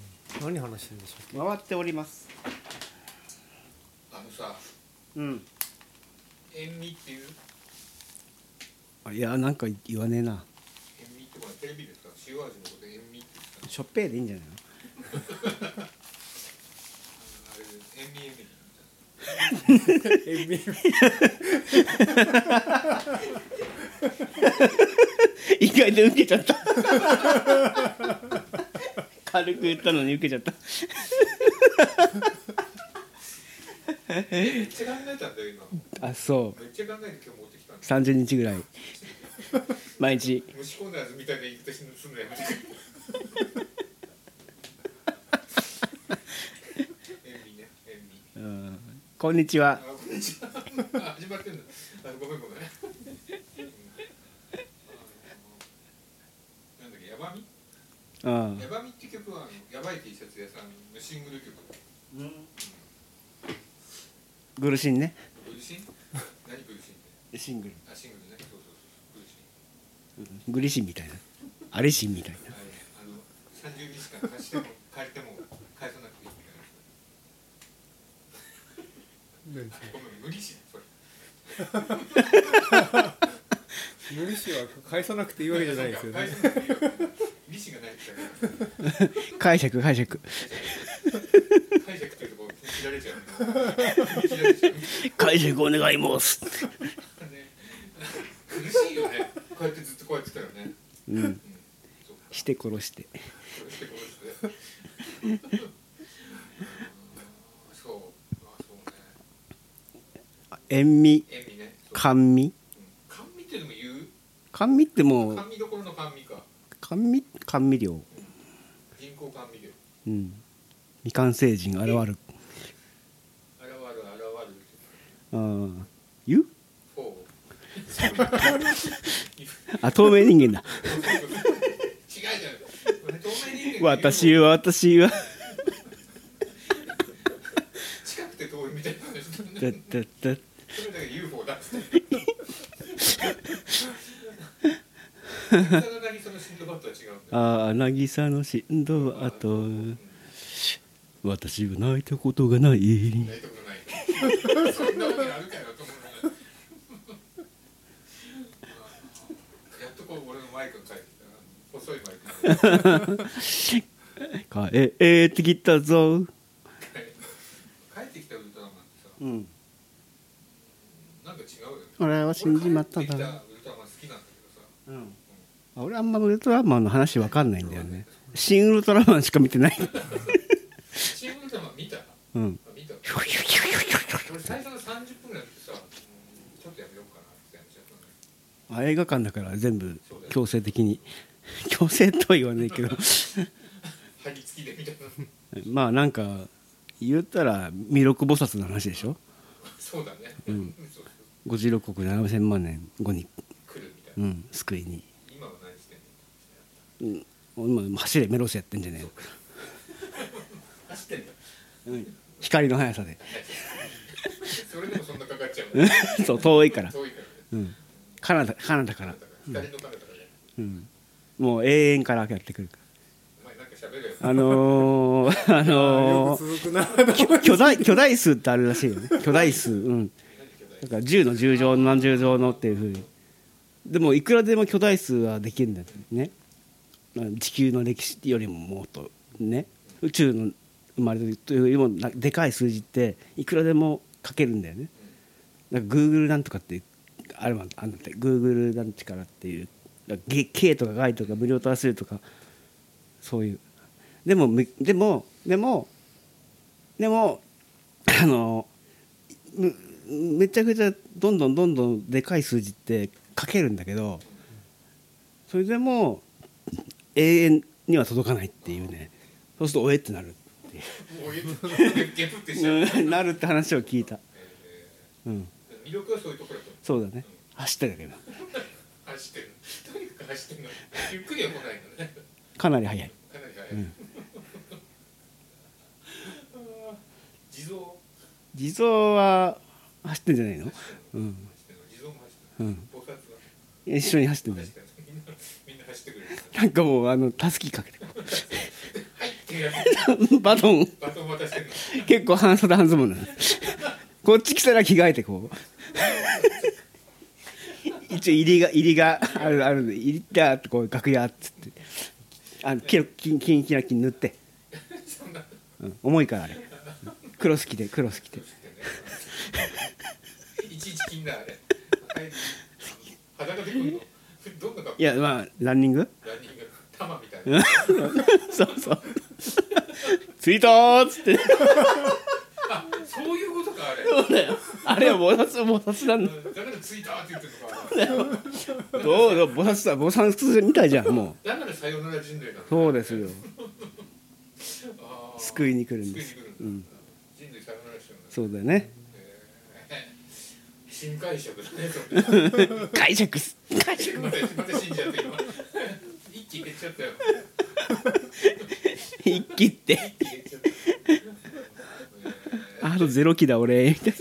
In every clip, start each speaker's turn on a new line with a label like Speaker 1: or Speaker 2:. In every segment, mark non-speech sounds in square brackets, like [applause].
Speaker 1: してるんでしょう
Speaker 2: 回っております
Speaker 3: あのさ
Speaker 2: うん
Speaker 3: 塩味っていう
Speaker 1: あいやなんか言わねえな
Speaker 3: 塩味ってこれテレビでさ塩味のこと塩味って言ってたの
Speaker 1: しょっぺーでいいんじゃないの
Speaker 3: あれ塩味塩味なんだ
Speaker 2: 意外と受けちゃった軽く言ったのに受けちゃった
Speaker 3: めっちゃ考えたんだよ今
Speaker 1: あそう
Speaker 3: めっちゃ考えて今日持ってきたんだ
Speaker 1: 30
Speaker 3: よ
Speaker 1: 日ぐらい
Speaker 2: 毎日
Speaker 3: 蒸し込んだやつみたいな言い方すんのやめて塩味ね塩味
Speaker 1: うんこんにち
Speaker 3: あ
Speaker 1: は
Speaker 3: こんにちはあ始まってんだあごめんごめんあのなんだっけヤバミ
Speaker 1: うん
Speaker 3: ヤバミって曲はあのヤバい T シャツ屋さんのシングル曲
Speaker 1: 苦しいね
Speaker 3: ご自身何ご自身って
Speaker 1: シングル
Speaker 3: あシングルねそうそうそうご自身
Speaker 1: グリシンみたいなアリシンみたい
Speaker 3: あれあの30日間貸しても借りても返さなくていいみたい
Speaker 4: 何
Speaker 3: なごめん無理しそれ
Speaker 4: 無利子は返さなくていいわけじゃないですよね
Speaker 3: 返さなくていいわ利子がないって言っ
Speaker 1: な解釈解釈
Speaker 3: たから解釈っていうとこ切られちゃう切られちゃう
Speaker 1: 解釈お願います
Speaker 3: ね、苦しいよね。こうやってずっとこうやってたよね。
Speaker 1: うん
Speaker 3: うん、そうか。
Speaker 1: して殺して
Speaker 3: それしてこうやって。うんそう、あ、そうね。
Speaker 1: 塩味
Speaker 3: 塩味ね。そう
Speaker 1: 甘味
Speaker 3: うん甘味ってでも言う。
Speaker 1: 甘味ってもう
Speaker 3: 甘味どころの甘味か。
Speaker 1: 甘味甘味料
Speaker 3: 人工甘味料。
Speaker 1: うん未完成人現る
Speaker 3: 現る現る。
Speaker 1: うん言う
Speaker 3: フォー。
Speaker 1: あ透明人間だ
Speaker 3: 違うじゃん。俺透明人間って言う。
Speaker 1: 私は私は
Speaker 3: 近くて遠いみたいな話だね。
Speaker 1: だだだ
Speaker 3: それだけ UFO だっつって。草田渚のシンドバッドは違うんだよ。
Speaker 1: ああ渚の振動あと私は泣いたことがない
Speaker 3: ないとこない。そんなわけあるかよと思うのね。やっとこう俺のマイクが帰ってきたな。細いマイクが帰って
Speaker 1: 帰ってきたぞ
Speaker 3: 帰ってきたウルトラマンってさ、
Speaker 1: うん
Speaker 3: なんか違うよね。
Speaker 1: 俺は死んじまった
Speaker 3: 俺帰ってき
Speaker 1: だ
Speaker 3: ウルトラマン好きなんだけどさ。
Speaker 1: うんあ俺あんまウルトラマンの話わかんないんだよね新ウルトラマンしか見てない
Speaker 3: チームウルトラマン見たあ
Speaker 1: うん
Speaker 3: 見た。
Speaker 1: ヒュヒュヒュヒュヒュヒュ
Speaker 3: 俺最初の30分ぐらいの時さ、うんちょっとやめようかなってやめちゃったのね。
Speaker 1: あ映画館だから全部強制的に強制とは言わないけど [laughs]
Speaker 3: 張り付きでみたいな。
Speaker 1: まあなんか言ったら弥勒菩薩の話でしょ
Speaker 3: そうだね。
Speaker 1: うん
Speaker 3: そうそう
Speaker 1: 56億7000万年後に、
Speaker 3: 来るみたいうな。
Speaker 1: ん、救いに、
Speaker 3: 今は何してんの
Speaker 1: うん、今走れメロスやってんじゃねえよ、
Speaker 3: 走ってんだ。
Speaker 1: うん、光の速さで [laughs]
Speaker 3: それでもそんなかかっちゃうんだ。
Speaker 1: そう遠いから、
Speaker 3: 遠いか
Speaker 1: うん、カナダカナダから
Speaker 3: らね。、だから光の彼方で。
Speaker 1: うん、もう永遠からやってくるか
Speaker 3: お前なんか喋るよ。
Speaker 1: らあのー、
Speaker 4: よ
Speaker 1: あの
Speaker 4: く
Speaker 1: ー
Speaker 4: 続くな
Speaker 1: [laughs] 巨巨大巨大数ってあるらしいよね巨大数うんだから10の10乗の何十乗のっていうふうにでもいくらでも巨大数はできるんだよねうん地球の歴史よりももっとね宇宙の生まれというよりもなでかい数字っていくらでも書けるんだよねなんか Google なんとかっていうあれもあんだって Google なんちからっていうだからげ K とか Y とか無料端数とかそういうでもむでもでもでもあのむめちゃくちゃどんどんどんどんでかい数字って書けるんだけどそれでも永遠には届かないっていうねそうするとおえってなるってい
Speaker 3: もうゲップってしちゃう。
Speaker 1: うなるって話を聞いた、うん、
Speaker 3: 魅力はそういうところだと思
Speaker 1: そうだね走ってたけど
Speaker 3: う。走ってる。とにかく走ってるの。ゆっくりは来ないのね。
Speaker 1: かなり速い
Speaker 3: かなり
Speaker 1: う
Speaker 3: 速い
Speaker 1: ん。
Speaker 3: 地蔵走
Speaker 1: 地蔵は走ってんじゃないのうん、
Speaker 3: ってるの。地蔵も走ってる。
Speaker 1: うん、
Speaker 3: 菩薩は
Speaker 1: 一緒に走ってんじゃ
Speaker 3: 走っ
Speaker 1: ない
Speaker 3: てる。みんなみんな走ってくれる。
Speaker 1: なんかもうあのたすきかけて
Speaker 3: はいってや
Speaker 1: [laughs] バトン
Speaker 3: バトン渡してんの
Speaker 1: 結構半袖半ズボンなのこっち来たら着替えてこう一応入りが入りがあるあるんで入りだってこう楽屋っつってあのキロキンキンキラキン塗って、うん、重いからあれクロス着てクロス着て
Speaker 3: いちいち気になるあれはい裸で来るのどんな格好
Speaker 1: いやまあランニング
Speaker 3: ランニング玉みたいな
Speaker 1: そうそうツイートーっつって
Speaker 3: あそういうことかあれだ
Speaker 1: あれは菩薩菩薩なんだ
Speaker 3: からついたって言ってるのか
Speaker 1: どうぞ菩薩さん菩薩みたいじゃんも
Speaker 3: だからさよなら人類なの
Speaker 1: うそうですよ
Speaker 3: あー
Speaker 1: 救いに来るん
Speaker 3: 救い
Speaker 1: で
Speaker 3: に
Speaker 1: す
Speaker 3: 来る
Speaker 1: うんん
Speaker 3: だ人類さよならしてるんだ
Speaker 1: そうだよね
Speaker 3: 新解釈だねそれ
Speaker 1: 解釈っす解釈
Speaker 3: またまた信じちゃって今一気に減っちゃったよ
Speaker 1: 一気って
Speaker 3: 一気に減っちゃった
Speaker 1: あとゼロ期だ俺みたい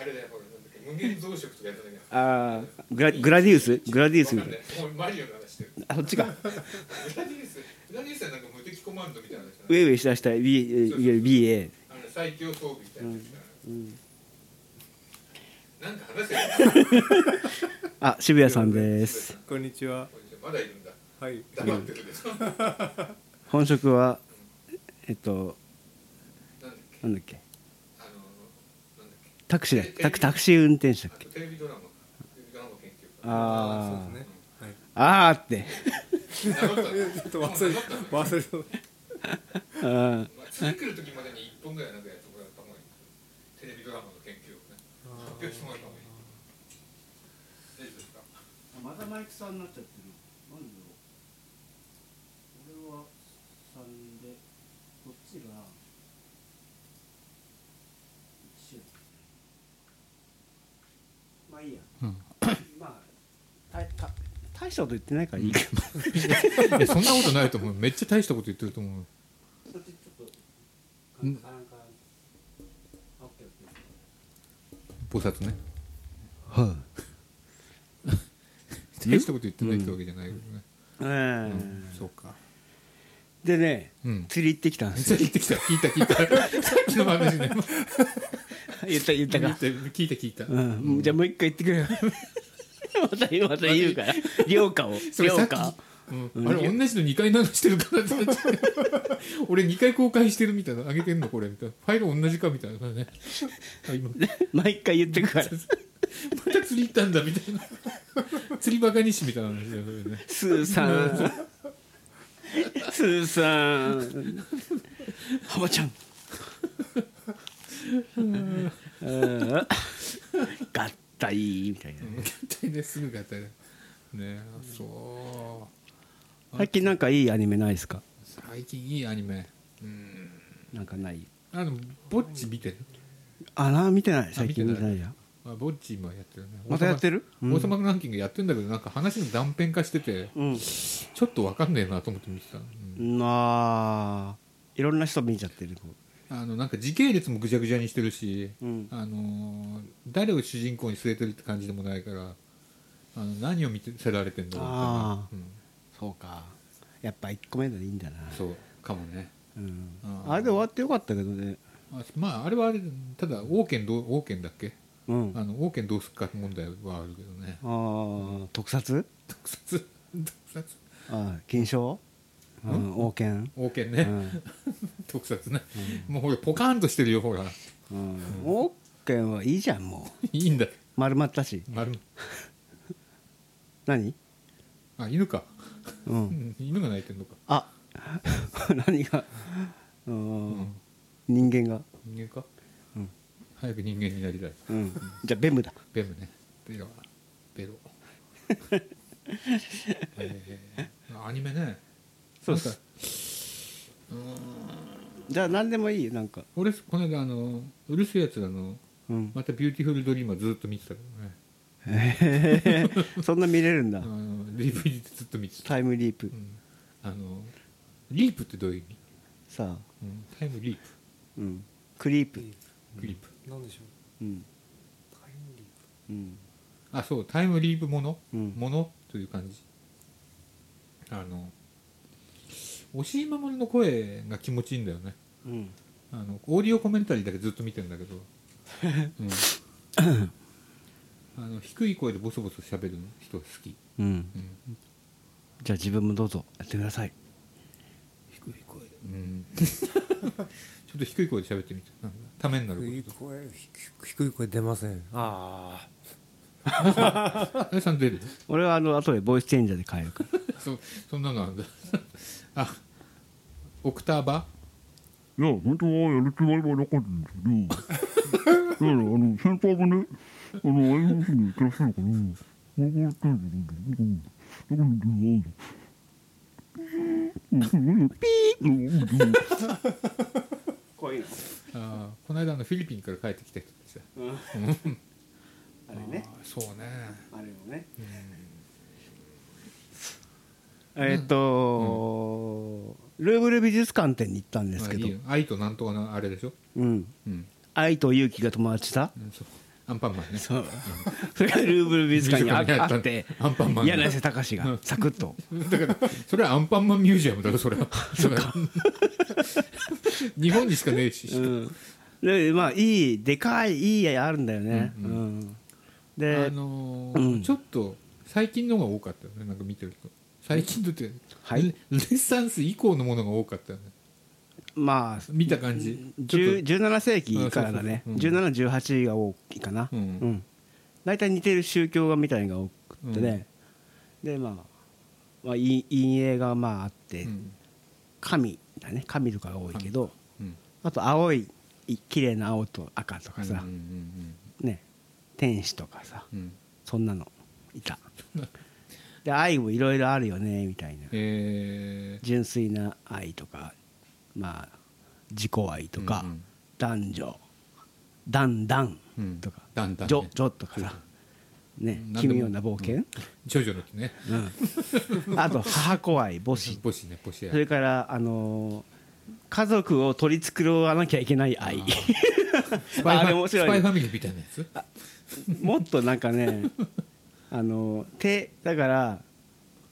Speaker 3: あれだよほらなんだっけ無限増殖とかやったんだけど
Speaker 1: なあーグラグラディウスグラディウスみ
Speaker 3: わ
Speaker 1: た
Speaker 3: か
Speaker 1: い
Speaker 3: ん
Speaker 1: な
Speaker 3: ないもうマリオの話してる
Speaker 1: あそっちか
Speaker 3: グラディウスグラディウスはなんか無敵コマンドみたいなのじゃ
Speaker 1: ウ
Speaker 3: ない
Speaker 1: ェイウェイしたした B えいや BA
Speaker 3: あの最強装備みたいなやつだからなんか話せよ
Speaker 1: あ渋谷さんです
Speaker 4: こんにちは。
Speaker 3: まだいるんだ
Speaker 4: はい。
Speaker 3: 黙ってるでしょなんだっ
Speaker 1: 本職はえっと
Speaker 3: け
Speaker 1: なんだっけ
Speaker 3: あのなんだっけ
Speaker 1: タクシーだタクタクシー運転手だっ
Speaker 3: あ
Speaker 1: け
Speaker 3: とテレビドラマテレビドラマ研究家
Speaker 1: あ
Speaker 4: そうですね。はい。
Speaker 1: ああーって
Speaker 3: 名乗った
Speaker 4: ち
Speaker 3: の
Speaker 4: ょっと忘れ忘れそう。
Speaker 1: あー
Speaker 3: まあ次来る時までに一本ぐらいなんかやってもらった方がいいテレビドラマの研究をね発表してもらった方がいい大丈夫ですか
Speaker 1: またマイクさんになっちゃってるなんで俺は3でこっちが1まあいいや、まあたた大したこと言ってないからいいけど
Speaker 3: いやそんなことないと思うめっちゃ大したこと言ってると思う
Speaker 1: そっちちょっとカ
Speaker 3: うん
Speaker 1: ランカランあオッケーオッケー
Speaker 3: 菩薩ね
Speaker 1: は
Speaker 3: 大したこと言ってないってわけじゃないけどね、
Speaker 1: え
Speaker 3: そうか
Speaker 1: でね
Speaker 3: うん
Speaker 1: 釣り行ってきたんです
Speaker 3: そ
Speaker 1: よ
Speaker 3: れ言ってきた聞いた聞いたさっきの話ね
Speaker 1: [laughs] 言った言ったか
Speaker 3: 聞いた聞いた
Speaker 1: うん、じゃあもう一回言ってくれよ [laughs] またまた言うから涼香を
Speaker 3: それ
Speaker 1: 涼
Speaker 3: さっき
Speaker 1: 香
Speaker 3: うんあれ同じの2回流してるからってなっちゃう俺2回公開してるみたいな上げてんのこれみたいなファイル同じかみたいなねあ今 [laughs]
Speaker 1: 毎回言ってくから
Speaker 3: また釣り行ったんだみたいな釣りバカにしみたいな話だよそれね
Speaker 1: スーさんスーさん浜ちゃんうん合体みたいな
Speaker 3: うん絶対ねすぐがたいねねあそう
Speaker 1: 最近なんかいいアニメないですか
Speaker 3: 最近いいアニメうん
Speaker 1: なんかない
Speaker 3: あのぼっち見てる
Speaker 1: あな見てない最
Speaker 3: あ
Speaker 1: 近
Speaker 3: 見
Speaker 1: 見
Speaker 3: て
Speaker 1: て
Speaker 3: ない
Speaker 1: ないや
Speaker 3: あぼっち今やってるね
Speaker 1: またやってる
Speaker 3: 王様王様のランキングやってんだけどなんか話の断片化してて
Speaker 1: うん
Speaker 3: ちょっとわかんねえなと思って見てた、うん
Speaker 1: なあいろんな人見ちゃってる
Speaker 3: あのなんか時系列もぐちゃぐちゃにしてるし、
Speaker 1: うん
Speaker 3: あのー誰を主人公に据えてるって感じでもないからあの何を見せられてんだろうみたいな
Speaker 1: あ、ーそうかやっぱ1個目でいいんだな
Speaker 3: うん、そうかもね
Speaker 1: うん
Speaker 3: あー
Speaker 1: あれで終わってよかったけどね
Speaker 3: あまああれはあれただ王権どう王権だっけ
Speaker 1: うん
Speaker 3: あの王権どうすっか問題はあるけどね [laughs]
Speaker 1: あー特撮
Speaker 3: 特撮特撮
Speaker 1: ああ金賞うん王権
Speaker 3: 王権
Speaker 1: う
Speaker 3: ね、
Speaker 1: ん
Speaker 3: 特撮ね、もうほらポカーンとしてるよほら
Speaker 1: うん王権はいいじゃんもう
Speaker 3: いいんだ
Speaker 1: 丸まったし
Speaker 3: 丸
Speaker 1: 何
Speaker 3: あ犬か、
Speaker 1: う
Speaker 3: うんん、犬が鳴いてんのか
Speaker 1: あ [laughs] 何がうん人間が
Speaker 3: 人間か、
Speaker 1: うん
Speaker 3: 早く人間になりたい
Speaker 1: うんじゃあベムだ
Speaker 3: ベムねベロベ
Speaker 1: [laughs]
Speaker 3: ロえーアニメねそうです
Speaker 1: じゃあ何でもいいよなんか
Speaker 3: 俺この間あのうるせえやつらの
Speaker 1: うん
Speaker 3: また「ビューティフルドリーム」ずっと見てたけどね
Speaker 1: [laughs] そんな見れるんだ
Speaker 3: あの DVD でずっと見てた、
Speaker 1: タイムリープ
Speaker 3: うんあのリープってどういう意味、
Speaker 1: さあ
Speaker 3: うんタイムリープ
Speaker 1: うんクリープ
Speaker 3: リープ
Speaker 4: なんでしょう。
Speaker 1: うん
Speaker 4: タイムリー
Speaker 1: うん
Speaker 3: あそうタイムリープもの、
Speaker 1: うん
Speaker 3: ものという感じあの押井守の声が気持ちいいんだよね
Speaker 1: うん
Speaker 3: あのオーディオコメンタリーだけずっと見てんだ
Speaker 4: [laughs]
Speaker 3: けど、うん、あの低い声でボソボソ喋る人好き、
Speaker 1: うん
Speaker 3: うん
Speaker 1: じゃあ自分もどうぞやってください
Speaker 3: 低い声で、
Speaker 4: [laughs]
Speaker 3: うん、ちょっと低い声で喋ってみてなんかためになる
Speaker 4: 低い声低い声出ませんああ
Speaker 3: ことえさん出る
Speaker 1: 俺はあの後でボイスチェンジャーで変えるから
Speaker 3: そそんなのあるんだ [laughs] あオクターバ
Speaker 5: いや、本当はやるつもりはなかったんですけど、だから、あの、先輩がね、あの、IMC に行ってらっしゃるから、僕がやったんですけど、うんだから、うんうんピーッうん
Speaker 2: こういうの
Speaker 3: あーこの間あのフィリピンから帰ってきた人でさ
Speaker 2: あれね
Speaker 3: あーそうね
Speaker 2: あれもね
Speaker 1: えーっと、ルーブル美術館展に行ったんですけ
Speaker 3: まあ
Speaker 1: ど
Speaker 3: いいよ愛となんとかのあれでしょ、
Speaker 1: うん
Speaker 3: うん、
Speaker 1: 愛と勇気が友達だ
Speaker 3: うんそうアンパンマンね
Speaker 1: そうそれがルーブル美術館にあ
Speaker 3: 美術館にあった
Speaker 1: あって
Speaker 3: アンパンマンが
Speaker 1: 柳瀬隆がサクッと
Speaker 3: [laughs] だからそれはアンパンマンミュージアムだろそれはそれは [laughs] 日本にしかねえし、
Speaker 1: うんでまあいいでかいいい家あるんだよね、うん
Speaker 3: あ
Speaker 1: で
Speaker 3: のー
Speaker 1: うん
Speaker 3: ちょっと最近のが多かったよねなんか見てると最近とって、
Speaker 1: はい
Speaker 3: ルルネサンス以降のものが多かったよね
Speaker 1: まあ
Speaker 3: 見た感じちょっと
Speaker 1: 10 17世紀からだね
Speaker 3: うん
Speaker 1: 1718が多いかな、
Speaker 3: う
Speaker 1: うんん大体似てる宗教画みたいのが多くてね、でまあ、まあ、陰陰影がまああって、
Speaker 3: うん
Speaker 1: 神だね神とかが多いけど
Speaker 3: うん
Speaker 1: あと青いい綺麗な青と赤とかさ、
Speaker 3: うんうん
Speaker 1: ね天使とかさ
Speaker 3: うんうん
Speaker 1: そんなのい
Speaker 3: [laughs]
Speaker 1: たで愛もいろいろあるよねみたいな
Speaker 3: え
Speaker 1: 純粋な愛とかまあ自己愛とか、
Speaker 3: うんうん
Speaker 1: 男女だんだん
Speaker 3: ー、
Speaker 1: とか、
Speaker 3: だんだん、
Speaker 1: じょ
Speaker 3: ね、
Speaker 1: じょとかさね
Speaker 3: うんなんでも
Speaker 1: 奇妙な冒険、
Speaker 3: ジョジョの木ね
Speaker 1: うん
Speaker 3: [laughs]
Speaker 1: あと母子愛母子
Speaker 3: ポシねポシや
Speaker 1: それからあのー家族を取り繕わなきゃいけない愛 [laughs]
Speaker 3: スパイ
Speaker 1: あ
Speaker 3: フ
Speaker 1: れ
Speaker 3: ァ
Speaker 1: 面白い
Speaker 3: スパイファミリーみたいなやつ
Speaker 1: もっとなんか [laughs] ねあのー手だから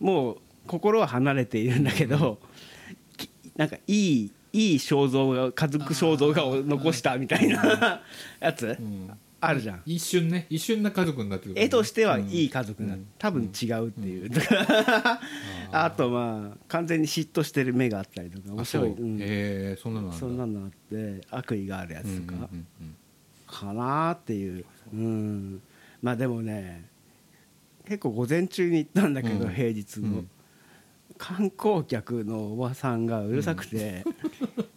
Speaker 1: もう心は離れているんだけど、きなんかいいいい肖像が家族肖像画を残したみたいなやつ
Speaker 3: ん
Speaker 1: あるじゃん
Speaker 3: 一瞬ね一瞬な家族になってるからね
Speaker 1: 絵としてはいい家族な、多分違うっていう、 [laughs] だからあとまあ完全に嫉妬してる目があったりとか面
Speaker 3: あそう
Speaker 1: 白い、うん
Speaker 3: えーそんなのある
Speaker 1: そんなのあって悪意があるやつとか、
Speaker 3: うんうん
Speaker 1: かなーっていう、うん、まあでもね結構午前中に行ったんだけど、
Speaker 3: うん
Speaker 1: 平日の、
Speaker 3: うん
Speaker 1: 観光客のおばさんがうるさく
Speaker 3: [laughs]
Speaker 1: て、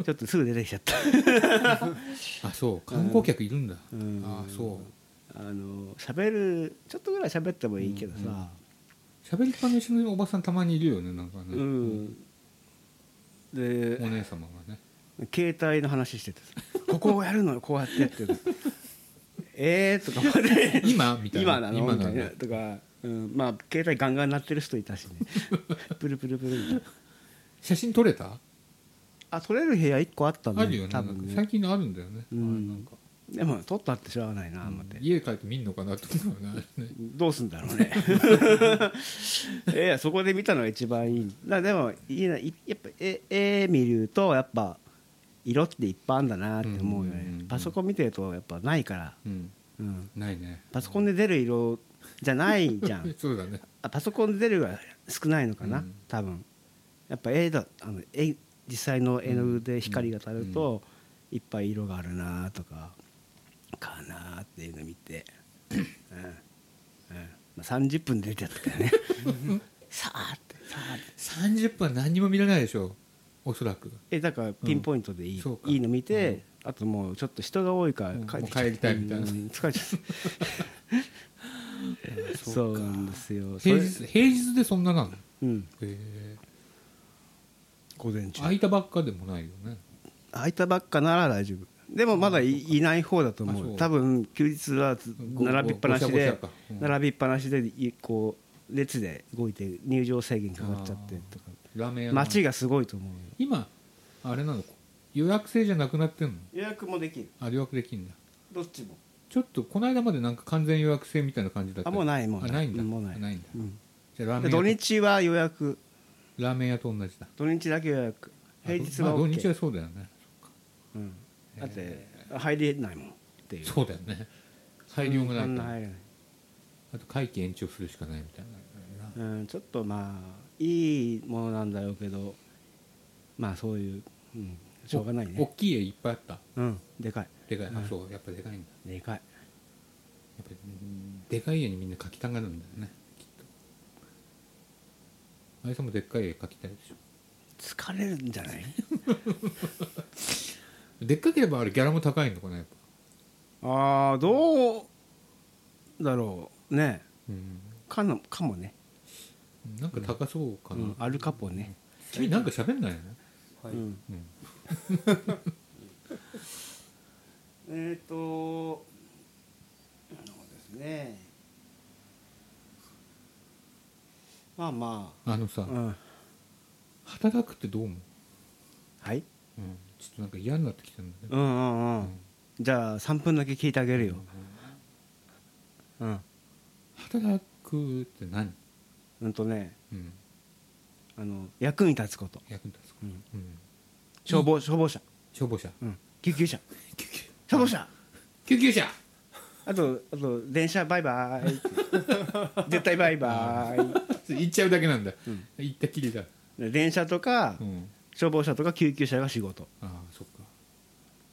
Speaker 1: ちょっとすぐ出てきちゃった [laughs]
Speaker 3: あそう観光客いるんだ、
Speaker 1: うん
Speaker 3: あそう
Speaker 1: あの喋るちょっとぐらい喋ってもいいけどさ、
Speaker 3: 喋りっぱなしのおばさんたまにいるよねなんかね、
Speaker 1: うん、で
Speaker 3: お姉様がね
Speaker 1: 携帯の話してて
Speaker 3: [laughs]
Speaker 1: さここをやるのよこうやってやってるえーとかま [laughs]
Speaker 3: [laughs]
Speaker 1: で
Speaker 3: 今みたいな
Speaker 1: 今なの
Speaker 3: 今
Speaker 1: み
Speaker 3: な
Speaker 1: た
Speaker 3: ん
Speaker 1: い
Speaker 3: だ
Speaker 1: なとか、うん、まあ携帯ガンガン鳴ってる人いたし
Speaker 3: [laughs]
Speaker 1: ねプルプルプルみたいな
Speaker 3: 写真撮れた
Speaker 1: あ撮れる部屋一個あったんだ
Speaker 3: あるよね
Speaker 1: 多
Speaker 3: なん
Speaker 1: 分
Speaker 3: か
Speaker 1: ね
Speaker 3: 最近のあるんだよね、
Speaker 1: うん
Speaker 3: あれなんか
Speaker 1: でも撮ったってしょうがないな思って、
Speaker 3: 家帰って見んのかなと思うよねあれね
Speaker 1: どうすんだろう
Speaker 3: [laughs]
Speaker 1: ねいやそこで見たのが一番いいだでもいいないやっぱ絵絵見るとやっぱ色っていっぱいあるんだなって思うよね、
Speaker 3: うんうんうんうん
Speaker 1: パソコン見てるとやっぱないから、
Speaker 3: うん
Speaker 1: うん、
Speaker 3: ないね
Speaker 1: パソコンで出る色じゃないじゃ
Speaker 3: [laughs]
Speaker 1: ん
Speaker 3: そうだね
Speaker 1: あパソコンで出るが少ないのかな、
Speaker 3: うん
Speaker 1: 多分やっぱ絵だあの絵実際の絵の具で光が当たると、いっぱい色があるなとかかなっていうの見て、うんうんまあ、30分で出てたけど
Speaker 3: [laughs]
Speaker 1: ねさあってさあって
Speaker 3: 30分は何にも見れないでしょおそらく
Speaker 1: えだからピンポイントでいい,、
Speaker 3: そうか
Speaker 1: いいの見て、あともうちょっと人が多いから
Speaker 3: うん
Speaker 1: ってきちゃっ
Speaker 3: もう帰りたいみたいな
Speaker 1: うん疲れちゃ
Speaker 3: [laughs]
Speaker 1: ったそうなんですよそれ
Speaker 3: 平日平日でそんななの
Speaker 1: うん
Speaker 3: え
Speaker 1: 午前
Speaker 3: ー
Speaker 1: 中
Speaker 3: 空いたばっかでもないよね
Speaker 1: 空いたばっかなら大丈夫でもまだいいない方だと
Speaker 3: あそ
Speaker 1: 思
Speaker 3: う
Speaker 1: う多分休日はず
Speaker 3: ご
Speaker 1: 並びっぱなし
Speaker 3: ごごち
Speaker 1: で
Speaker 3: ゃごちゃかうん
Speaker 1: 並びっぱなしでいこう列で動いて入場制限かかっちゃってとか
Speaker 3: ラーメン屋の
Speaker 1: 街がすごいと思う
Speaker 3: 今あれなの予約制じゃなくなってんの
Speaker 2: 予約もできる
Speaker 3: あ予約できんだ
Speaker 2: どっちも
Speaker 3: ちょっとこの間までなんか完全予約制みたいな感じだった
Speaker 1: あもうないもう
Speaker 3: あ
Speaker 1: ない
Speaker 3: ないんだ
Speaker 1: もうない
Speaker 3: あないんだ
Speaker 1: うん
Speaker 3: じゃあラーメ
Speaker 1: で
Speaker 3: ン屋
Speaker 1: 土日は予約
Speaker 3: ラーメン屋と同じだ
Speaker 1: 土日だけは平日
Speaker 3: まあ
Speaker 1: は
Speaker 3: 土日
Speaker 1: OK、
Speaker 3: はそうだよね
Speaker 1: うん、だって入れないもんっていう
Speaker 3: そうだよね裁量がない
Speaker 1: あん
Speaker 3: と
Speaker 1: な入れない、
Speaker 3: あと会期延長するしかないみたいな
Speaker 1: うん、ちょっとまあいいものなんだろうけどまあそういう、うん、しょうがない
Speaker 3: お大
Speaker 1: ね
Speaker 3: きい絵いっぱいあった
Speaker 1: うんでかい
Speaker 3: でかいあ
Speaker 1: うん
Speaker 3: そうやっぱでかいんだ
Speaker 1: でかい
Speaker 3: やっぱりうんでかい絵にみんな描きたがるんだよねきっとあいさんもでっかい絵描きたいでしょ
Speaker 1: 疲れるんじゃない
Speaker 3: でっかければあれギャラも高いのかなやっぱ
Speaker 1: [laughs] ああどうだろうね
Speaker 3: うん
Speaker 1: かのかもね、
Speaker 3: なんか高そうか
Speaker 1: う
Speaker 3: な、
Speaker 1: ん、あるかもね、
Speaker 3: 君なんか喋んないの
Speaker 4: は
Speaker 1: う
Speaker 4: い、
Speaker 1: ん、
Speaker 3: うん
Speaker 2: えっ、ー、とそうですね
Speaker 1: まあま
Speaker 3: あの
Speaker 1: あ、
Speaker 3: さ、
Speaker 1: うん、
Speaker 3: 働くってどう思う、
Speaker 1: はい
Speaker 3: ちょっとなんか嫌になってきたんだね
Speaker 1: うんうんうんじゃあ3分だけ聞いてあげるようん
Speaker 3: 働くって何、
Speaker 1: うんとね
Speaker 3: うん、
Speaker 1: あの役に立つこと
Speaker 3: 役に立つか、
Speaker 1: うん
Speaker 3: うん
Speaker 1: 消防消防車、
Speaker 3: 消防車
Speaker 1: うん、救急車
Speaker 3: 救急
Speaker 1: 消防車
Speaker 3: 救急車
Speaker 1: あとあと電車バイバイ [laughs] 絶対バイバ
Speaker 3: 行っちゃうだけなんだ、行ったきりだ、
Speaker 1: イ電車とか
Speaker 3: うん、
Speaker 1: 消防車とか救急車が仕事
Speaker 3: ああそっか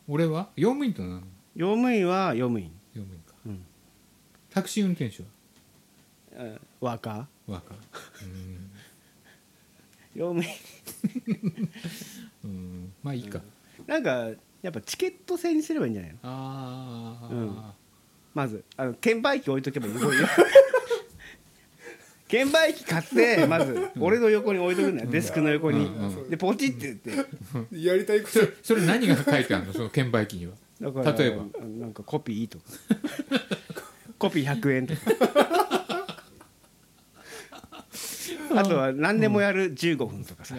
Speaker 3: 俺は用務員となの
Speaker 1: 用務員は用務員
Speaker 3: 用務員か、
Speaker 1: うん
Speaker 3: タクシー運転手は
Speaker 1: えーワーカー
Speaker 3: ワーカー
Speaker 1: 用務員
Speaker 3: うんうんまあいいか、
Speaker 1: なんかやっぱチケット制にすればいいんじゃないの
Speaker 3: あ
Speaker 1: う
Speaker 3: あ、
Speaker 1: んまずあの券売機置いとけばいい [laughs] こういう券売機買
Speaker 3: [laughs]
Speaker 1: ってまず俺の横に置いとくんだよ、デスクの横に、
Speaker 3: うん
Speaker 1: でポチって言って、
Speaker 4: やりたいこ
Speaker 3: それそれ何が書いてあるの [laughs] その券売機には
Speaker 1: だから
Speaker 3: 例えば
Speaker 1: なんかコピーとか [laughs] コピー100円とかあとは何でもやる15分とかさ、
Speaker 3: あ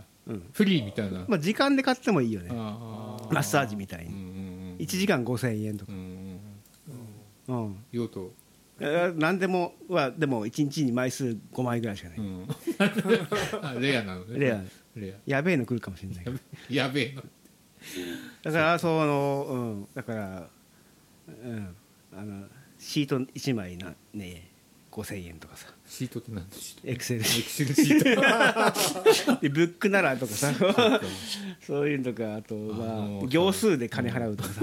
Speaker 3: あ、
Speaker 1: うん
Speaker 3: フリーみたいな、
Speaker 1: まあ、時間で買ってもいいよね
Speaker 3: ああ
Speaker 1: マッサージみたい
Speaker 3: うんう
Speaker 1: に、
Speaker 3: ん
Speaker 1: 1時間5000円とか
Speaker 3: う、んうん
Speaker 1: うん、
Speaker 3: 用途
Speaker 1: えー何でもはでも1日に枚数5枚ぐらいしかない、
Speaker 3: うん
Speaker 1: [laughs]
Speaker 3: あレアなのね
Speaker 1: レア
Speaker 3: レ
Speaker 1: やべえの来るかもしれないけど
Speaker 3: アやべえな
Speaker 1: だからそのうんだからうんあのシート1枚なね5000円とかさ
Speaker 3: シートって何の
Speaker 1: [laughs]
Speaker 3: シート
Speaker 1: エクセル
Speaker 3: エクセルシート
Speaker 1: でブックならとかさそういうのとかあと
Speaker 3: あ
Speaker 1: ま
Speaker 3: の
Speaker 1: あ行数で金払うとかさ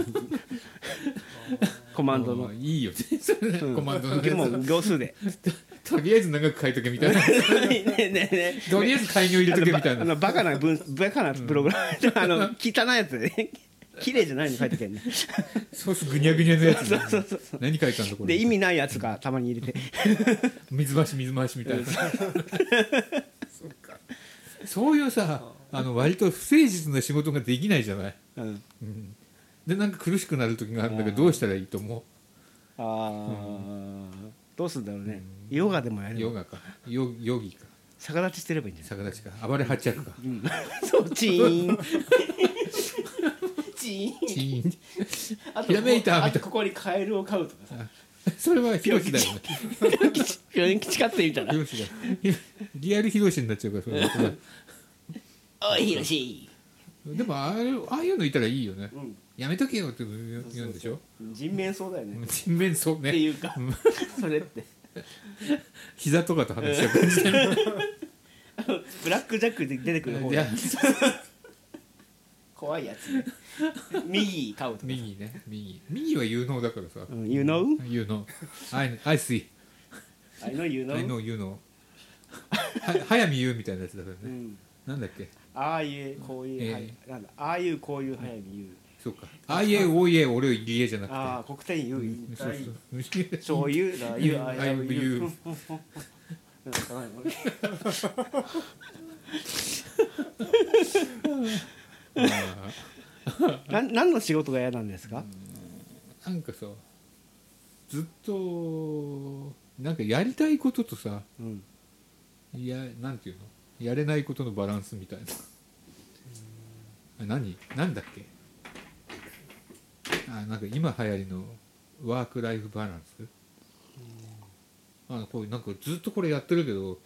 Speaker 1: コマンドの
Speaker 3: あーいいよねそれねコマンドの
Speaker 1: もう
Speaker 3: ね
Speaker 1: 行数
Speaker 3: [laughs]
Speaker 1: で
Speaker 3: とりあえず長く書いとけみ
Speaker 1: [laughs]
Speaker 3: たいな
Speaker 1: ねえねえねえ
Speaker 3: とりあえず開業入れとけみたい
Speaker 1: あ
Speaker 3: な
Speaker 1: のバカな文バカなプログラム、あの汚いやつでね綺麗じゃないの書いてけんね
Speaker 3: ソースぐにゃぐにゃのやつ
Speaker 1: そうそうそうそ
Speaker 3: 何書いたんだこ
Speaker 1: う
Speaker 3: れ
Speaker 1: で意味ないやつがたまに入れて
Speaker 3: 水増し水増しみたい [laughs] なそういうさあの割と不誠実な仕事ができないじゃない
Speaker 1: うん
Speaker 3: でなんか苦しくなる時があるんだけどどうしたらいいと思う
Speaker 1: あーどうするんだろうねヨガでもやれ
Speaker 3: ヨ
Speaker 1: ば
Speaker 3: ガかヨヨギか
Speaker 1: 逆立ちしてればいいんじゃ
Speaker 3: 逆立ちか暴れ八着か
Speaker 1: ないそうチーン [laughs] チーン
Speaker 3: チーン [laughs]
Speaker 1: あと
Speaker 3: ひらめいたみたいな
Speaker 1: あとここにカエルを飼うとかさ
Speaker 3: それは広し
Speaker 1: [laughs]
Speaker 3: だよね
Speaker 1: 病院吉飼ってみたら
Speaker 3: 広しだリアル広しになっちゃうからそれは
Speaker 1: 「おいひろし
Speaker 3: でもああいうああいうのいたらいいよね、
Speaker 1: ん
Speaker 3: やめとけよって言う言うんでしょ」
Speaker 1: 人面相だよねっ
Speaker 3: 人面そう
Speaker 1: て
Speaker 3: ね
Speaker 1: いうかそれって
Speaker 3: 膝とかと話しちゃう感じだね
Speaker 1: ブラックジャックで出てくる方
Speaker 3: いや
Speaker 1: 怖いやつね右飼うとか
Speaker 3: 右ね右右は有能だからさ、
Speaker 1: 「You know?
Speaker 3: 有能 I, I see
Speaker 1: I know you
Speaker 3: I
Speaker 1: know
Speaker 3: know you know は早見優みたいなやつだからね、」なんだっけ
Speaker 1: ああいうこういう、はい
Speaker 3: え
Speaker 1: なんだああいうこういう早見言う
Speaker 3: そうかあいえおいえ俺を入えじゃなくて
Speaker 1: ああ黒点言う言い
Speaker 3: そ
Speaker 1: た
Speaker 3: う
Speaker 1: い
Speaker 3: そう
Speaker 1: そういうだ言うああ
Speaker 3: I
Speaker 1: いう
Speaker 3: am
Speaker 1: 言
Speaker 3: you
Speaker 1: う [laughs] なんか [laughs] ないのなん何の仕事が嫌なんですか
Speaker 3: なんかさずっとなんかやりたいこととさ
Speaker 1: うん
Speaker 3: いやなんていうのやれないことのバランスみたいなあ何なんだっけあなんか今流行りのワーク・ライフ・バランスあこうなんかずっとこれやってるけど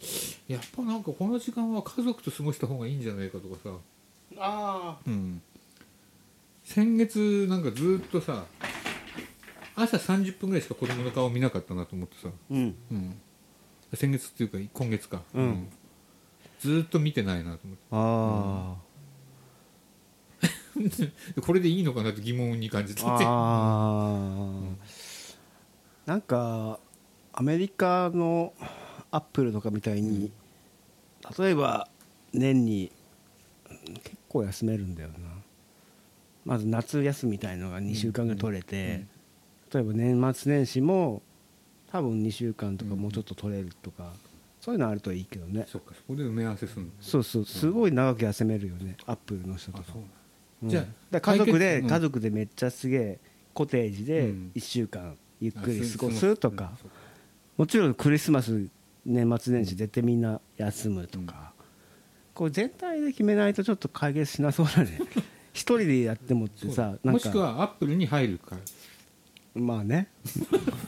Speaker 3: やっぱなんかこの時間は家族と過ごした方がいいんじゃないかとかさ、
Speaker 2: あ
Speaker 3: うん、先月なんかずっとさ朝30分ぐらいしか子供の顔見なかったなと思ってさ、
Speaker 1: うん
Speaker 3: うん、先月っていうか今月か、
Speaker 1: うん
Speaker 3: ずっと見てないなと思って。
Speaker 1: あ
Speaker 3: でこれでいいのかなって疑問に感じてて
Speaker 1: あああなんかアメリカのアップルとかみたいに例えば年に結構休めるんだよなまず夏休みみたいのが2週間が取れて例えば年末年始も多分2週間とかもうちょっと取れるとかそういうのあるといいけどね
Speaker 3: そっかそこで埋め合わせするの
Speaker 1: そうそうすごい長く休めるよねアップルの人と
Speaker 3: あ
Speaker 1: か
Speaker 3: そうなんだ
Speaker 1: うん
Speaker 3: じゃあ
Speaker 1: だから家族で、
Speaker 3: 解決うん
Speaker 1: 家族でめっちゃすげえコテージ
Speaker 3: う
Speaker 1: で
Speaker 3: ん
Speaker 1: 1週間ゆっくり
Speaker 3: あ
Speaker 1: 過ごすとか、もちろんクリスマス年末年始絶対みんな休むとか、こう全体で決めないとちょっと解決しなそうだ
Speaker 3: [laughs]
Speaker 1: ね一人でやってもって
Speaker 3: そう
Speaker 1: さ
Speaker 3: そう
Speaker 1: なん
Speaker 3: もしく
Speaker 1: か
Speaker 3: はアップルに入るから
Speaker 1: まあ
Speaker 3: [laughs]
Speaker 1: ね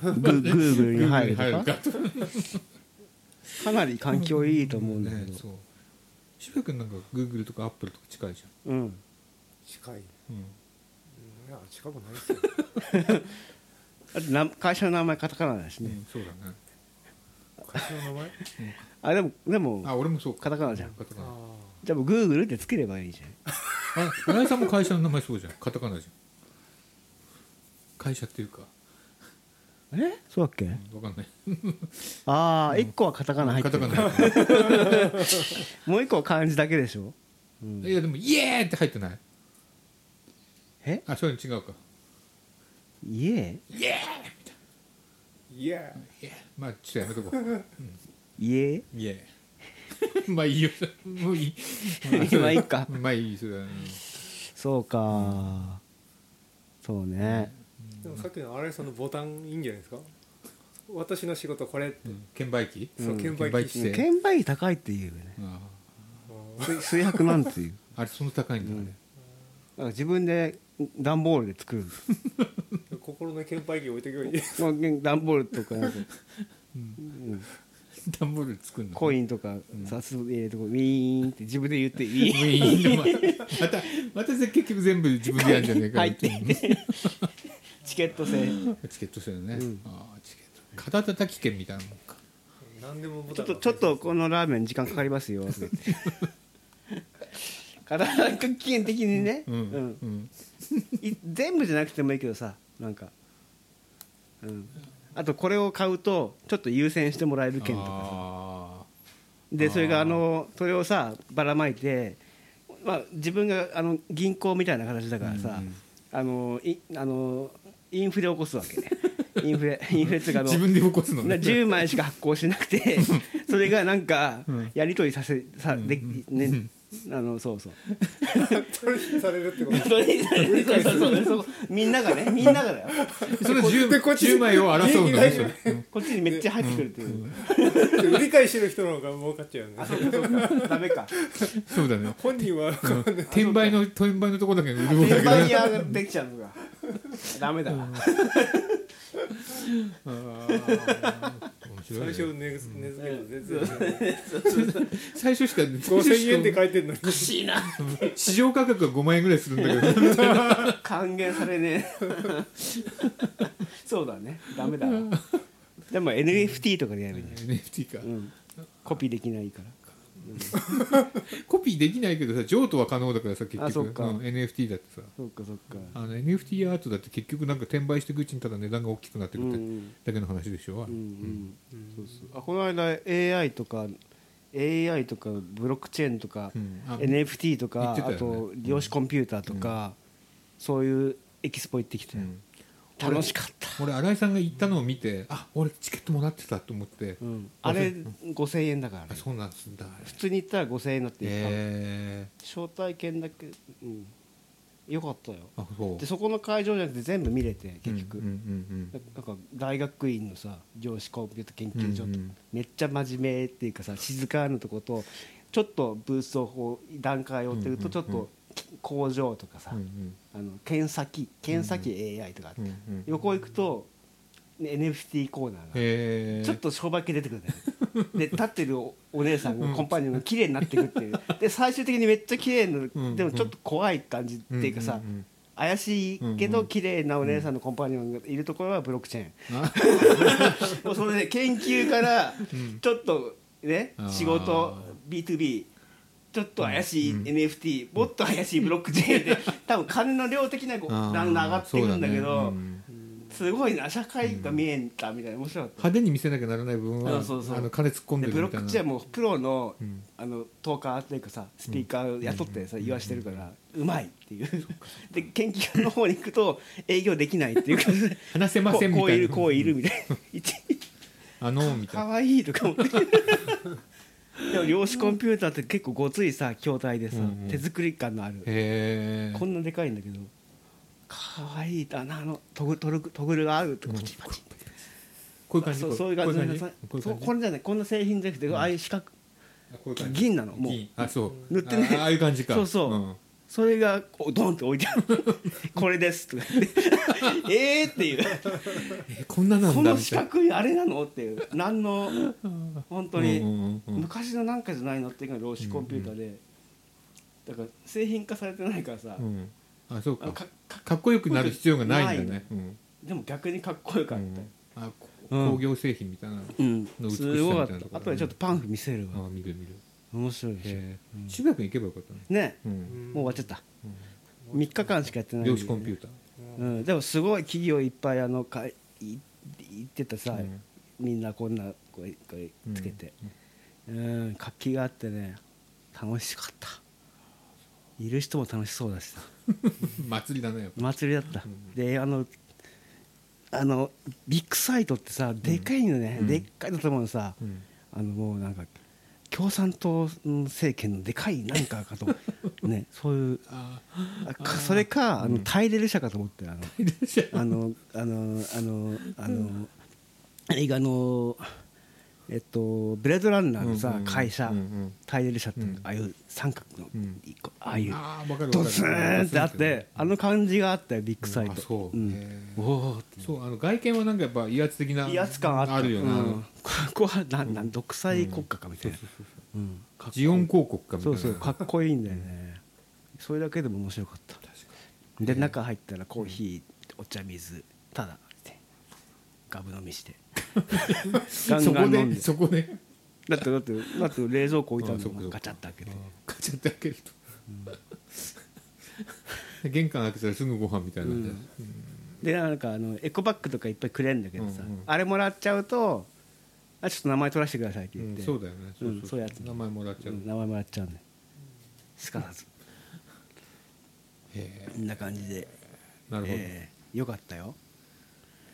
Speaker 1: グーグーグルに入るとか
Speaker 3: とか
Speaker 1: かなり環境いいと思うんだけ
Speaker 3: ね
Speaker 1: ど、
Speaker 3: そう渋谷君なんかグーグルとかアップルとか近いじ
Speaker 1: うん、
Speaker 4: 近いい
Speaker 3: ゃん、うん、
Speaker 4: や近くないですよ
Speaker 1: あとな会社の名前カタカナだしね、
Speaker 3: うんそうだね
Speaker 4: 会社の名前
Speaker 1: あでもでも
Speaker 3: あ俺もそう
Speaker 1: カタカナじゃん
Speaker 3: カタカ
Speaker 4: あ
Speaker 3: ナ
Speaker 1: じゃあもうグーグルってつければいいじゃん
Speaker 3: あ村井さんも会社の名前そうじゃんカタカナじゃん会社っていうか
Speaker 1: えそうだっけ、
Speaker 3: 分かんない
Speaker 1: ああ、一個はカタカナ入って
Speaker 3: カタ
Speaker 1: る
Speaker 3: カ。ナ
Speaker 1: もう一個は漢字だけでしょ。うん
Speaker 3: いやでも「イエーイ!」って入ってない
Speaker 1: え
Speaker 3: あそういうの違うか
Speaker 1: 家
Speaker 4: いや
Speaker 3: まあちょっとやめとこう
Speaker 1: 家
Speaker 3: 「イエーイ」 [laughs] まあいいよもういい
Speaker 1: まあいいか
Speaker 3: まあいいそれは、うん
Speaker 1: そうか。そうね。
Speaker 4: でもさっきの新井さんのボタンいいんじゃないですか私の仕事これって
Speaker 3: うん券売機
Speaker 4: そう
Speaker 1: うん
Speaker 4: 券売
Speaker 3: 券売
Speaker 4: 機
Speaker 3: 機して
Speaker 1: 券売機高いっていうよね。
Speaker 3: あ
Speaker 1: 数数百万っていう。
Speaker 3: ああれそんな高いんだ、あれ
Speaker 1: なんか自分で段ボールで作る。 [laughs]
Speaker 4: 心の券売機置いてけばいい
Speaker 1: まあ段ボールとかなんか
Speaker 3: 段ボール作るの
Speaker 1: コインとかさす入れてこうウィーンって自分で言っていい。
Speaker 3: もういいのまたまた結局全部自分でやるんじゃねえか
Speaker 1: 入って。チケット制。
Speaker 3: チケット制だね、ああチケット肩叩き券みたいなもんか
Speaker 4: 何でもボ
Speaker 1: ち
Speaker 4: タ
Speaker 1: ょっ
Speaker 4: ン
Speaker 1: とちょっとこのラーメン時間かかり
Speaker 3: [laughs]
Speaker 1: ますよ。とか言って体の危険的にね、
Speaker 3: うん
Speaker 1: うん
Speaker 3: うん
Speaker 1: い全部じゃなくてもいいけどさなんか、うん、あとこれを買うとちょっと優先してもらえる券とかさ
Speaker 3: あ
Speaker 1: で
Speaker 3: あー
Speaker 1: それがあのそれをさばらまいて、まあ、自分があの銀行みたいな形だからさ、あのいあのインフレ起こすわけ
Speaker 3: [laughs]
Speaker 1: ねインフレインフレっていうか
Speaker 3: あ
Speaker 1: あの
Speaker 3: [laughs] 自分で起こすの
Speaker 1: な
Speaker 3: ね
Speaker 1: 10枚しか発行しなくてそれがなんかやり取りさせさでねあのそうそう
Speaker 4: 取引されるってこと
Speaker 1: それそうそうそうみんながねみんながだよ
Speaker 3: その 10,
Speaker 4: でこっち
Speaker 3: 10枚を争うのね
Speaker 4: 利益
Speaker 3: それ
Speaker 4: が
Speaker 1: こっちにめっちゃ入ってくるっていう
Speaker 4: 売り買いしてる人の方が儲かっちゃうよね
Speaker 1: ダメか
Speaker 3: そうだね
Speaker 4: 本人は
Speaker 3: 転売の転売のとこだけ売る方だ
Speaker 1: 転
Speaker 3: けど
Speaker 1: 売屋ができちゃうのがダメだわ
Speaker 3: あー面白い
Speaker 4: 最
Speaker 3: ね
Speaker 4: 初値付けと全然違う
Speaker 3: 最初しか
Speaker 4: 5000円って書いてるのに
Speaker 1: 欲しいな
Speaker 3: 市場価格が5万円ぐらいするんだけど
Speaker 1: 還元されねえそうだねダメだわでも NFT とかでやるね
Speaker 3: NFT か、
Speaker 1: うんコピーできないから
Speaker 3: コピーできないけどさ譲渡は可能だからさ結
Speaker 1: あそっ
Speaker 3: 局
Speaker 1: か
Speaker 3: うん、NFT だってさ
Speaker 1: そっかそっか
Speaker 3: あの NFT アートだって結局なんか転売していくうちにただ値段が大きくなって
Speaker 1: う
Speaker 3: く
Speaker 1: んう
Speaker 3: って
Speaker 1: ん
Speaker 3: だけの話でしょ、あれ
Speaker 1: うんうんそうそうあこの間 AI とか AI とかブロックチェーンとか、
Speaker 3: うんあ
Speaker 1: NFT とか、
Speaker 3: 言ってたよ
Speaker 1: あ
Speaker 3: ね
Speaker 1: と量子コンピューターとか、そういうエキスポ行ってきて、
Speaker 3: ん
Speaker 1: 楽しかった、
Speaker 3: 俺新井さんが行ったのを見てあ俺チケットもらってたと思って、
Speaker 1: うんあれ5000円だからね、
Speaker 3: あそうなんすんだ
Speaker 1: 普通に行ったら5000円だっていうか、
Speaker 3: え
Speaker 1: 招待券だけ、うん、よかったよ
Speaker 3: ー、あそう
Speaker 1: でそこの会場じゃなくて全部見れて結局、
Speaker 3: うんうんうん
Speaker 1: なんか大学院のさ量子コンピュータ研究所
Speaker 3: うんう
Speaker 1: と
Speaker 3: ん
Speaker 1: めっちゃ真面目っていうかさ静かなとことちょっとブースをこう段階を追ってるとちょっと工場とかさ
Speaker 3: うんうん
Speaker 1: あの検査機検査機 AI とかあって
Speaker 3: うんうん
Speaker 1: 横行くと NFT コーナーが
Speaker 3: えー、
Speaker 1: ちょっと商売系出てくるんだよね
Speaker 3: [laughs]
Speaker 1: で立ってるおお姉さんがコンパニオンが綺麗になってくっていうで最終的にめっちゃ綺麗な、
Speaker 3: うん
Speaker 1: でもちょっと怖い感じっていうかさ、
Speaker 3: んんん
Speaker 1: 怪しいけど綺麗なお姉さんのコンパニオンがいるところはブロックチェーン、
Speaker 3: あ
Speaker 1: [laughs] もうそれで研究からちょっとね
Speaker 3: あー
Speaker 1: 仕事 B2B ちょっと怪しい NFT もっと怪しいブロックチェーン
Speaker 3: [laughs]
Speaker 1: で多分金の量的なこう
Speaker 3: あー
Speaker 1: ランが上がってくるんだけ
Speaker 3: そう
Speaker 1: ど
Speaker 3: ねうん
Speaker 1: すごいな社会が見えんだみたいな面白かった
Speaker 3: 派手に見せなきゃならない部分は
Speaker 1: そうそうそう
Speaker 3: あの金突っ込ん
Speaker 1: で
Speaker 3: でる
Speaker 1: ブロッ
Speaker 3: みたい
Speaker 1: ク
Speaker 3: な
Speaker 1: チェーンもプロの
Speaker 3: うん
Speaker 1: あのトーカーっていうかさスピーカー雇ってさ言わしてるからうまいっていう [laughs] で研究の方に行くと営業できないっていう感じで
Speaker 3: 話せま
Speaker 1: こ
Speaker 3: せん
Speaker 1: う
Speaker 3: み
Speaker 1: こう
Speaker 3: た
Speaker 1: い
Speaker 3: い
Speaker 1: る
Speaker 3: な
Speaker 1: こういるみたいな一
Speaker 3: あのみたい
Speaker 1: か
Speaker 3: な
Speaker 1: わいいとか思ってでも量子コンピューターって結構ごついさ筐体でさ、
Speaker 3: うんうん
Speaker 1: 手作り感のある、
Speaker 3: へえ
Speaker 1: こんなでかいんだけどかわいいあのあのトグトルクトグルがあるとかパチパチ
Speaker 3: こういう感じ
Speaker 1: そう
Speaker 3: こ
Speaker 1: そういう感じ
Speaker 3: こういう
Speaker 1: そう
Speaker 3: こういう
Speaker 1: そう
Speaker 3: 感
Speaker 1: これじゃないこんな製品じゃなくて、ああいう四角
Speaker 3: あこういう感じ
Speaker 1: 銀なのもう
Speaker 3: 銀あそう
Speaker 1: 塗ってね
Speaker 3: あああいう感じか
Speaker 1: そうそうそれがこうドンって置いてある [laughs] これですとか言ってえーって [laughs] いう
Speaker 3: えこんななんだ
Speaker 1: こ
Speaker 3: みたい
Speaker 1: の
Speaker 3: な
Speaker 1: 四角いあれなのっていう何の本当に、
Speaker 3: うんうんうんうん
Speaker 1: 昔のなんかじゃないのっていうのが量子コンピューターで、だから製品化されてないからさ、
Speaker 3: うんあそう
Speaker 1: あ
Speaker 3: か
Speaker 1: のかか
Speaker 3: かっこよくなる必要がないんだねうん
Speaker 1: でも逆にかっこよかっ
Speaker 3: うんあこ
Speaker 1: うん
Speaker 3: 工業製品みたいな
Speaker 1: た、うん
Speaker 3: の美し
Speaker 1: す
Speaker 3: さ
Speaker 1: ごかっ
Speaker 3: みたい
Speaker 1: た
Speaker 3: なところ
Speaker 1: あとでちょっとパンフ見せるわ、
Speaker 3: あ見る見る
Speaker 1: 面白いでしょ
Speaker 3: へえ渋谷君行けばよかったね
Speaker 1: ね
Speaker 3: うん
Speaker 1: もう終わっちゃった、3日間しかやってないんだよ
Speaker 3: 量
Speaker 1: ね
Speaker 3: 子コンピューター
Speaker 1: うん、でもすごい企業いっぱいあのかいい行ってたさ、
Speaker 3: うん
Speaker 1: みんなこんなこれこれつけて、うん活気があってね楽しかったいる人も楽しそうだしさ
Speaker 3: [laughs] 祭りだねやっぱ
Speaker 1: 祭りだった、であのあのビッグサイトってさでかいのね、
Speaker 3: うん
Speaker 1: でっかい建物さ、
Speaker 3: うん
Speaker 1: あのもうなんか共産党政権のでかいなんかか
Speaker 3: [laughs]
Speaker 1: とねそういう
Speaker 3: あ
Speaker 1: あかそれかあのタイレル社かと思ってあのあのあのあのあの映画のえっとブレードランナーの
Speaker 3: うん
Speaker 1: さ
Speaker 3: うんうん
Speaker 1: 会社
Speaker 3: うんうん
Speaker 1: タイレル社って
Speaker 3: うん
Speaker 1: ああいう三角の
Speaker 3: うん
Speaker 1: 一個ああいう
Speaker 3: あーわかるわかる
Speaker 1: ドツーンってあってあの感じがあったよビッグサイ
Speaker 3: あ
Speaker 1: ト
Speaker 3: そう
Speaker 1: うん
Speaker 3: へー
Speaker 1: おーって
Speaker 3: そうあの外見はなんかやっぱ威圧的な
Speaker 1: 威圧感あった
Speaker 3: るよね、あ
Speaker 1: う
Speaker 3: の
Speaker 1: んここはなんなん独裁国家かみたいなうんかっこいい
Speaker 3: ジオン広告かみたい
Speaker 1: そ
Speaker 3: な
Speaker 1: うそうかっこいいんだよねそれだけでも面白かったで中入ったらコーヒーお茶水ただってガブ飲みして
Speaker 3: [laughs]
Speaker 1: ガン
Speaker 3: そ
Speaker 1: ガ
Speaker 3: こ
Speaker 1: ン飲んで
Speaker 3: でそこで
Speaker 1: だってだってだって冷蔵庫置いてある
Speaker 3: あそっかそ
Speaker 1: の
Speaker 3: っか
Speaker 1: ガチャッと開けて
Speaker 3: ガチャって開けると、で玄関開けたらすぐご飯みたいな感じだ
Speaker 1: うんでなんかあのエコバッグとかいっぱいくれんだけどさ、
Speaker 3: うんうん
Speaker 1: あれもらっちゃうとあちょっと名前取らせてくださいって
Speaker 3: う
Speaker 1: 言っ
Speaker 3: ん
Speaker 1: て、
Speaker 3: そうだよねそうそう
Speaker 1: うんそういうやつ
Speaker 3: 名前もらっちゃう、
Speaker 1: うん
Speaker 3: へ
Speaker 1: 名前もらっちゃうんですかさず
Speaker 3: え
Speaker 1: こんな感じで、
Speaker 3: なるほど、
Speaker 1: えーよかったよ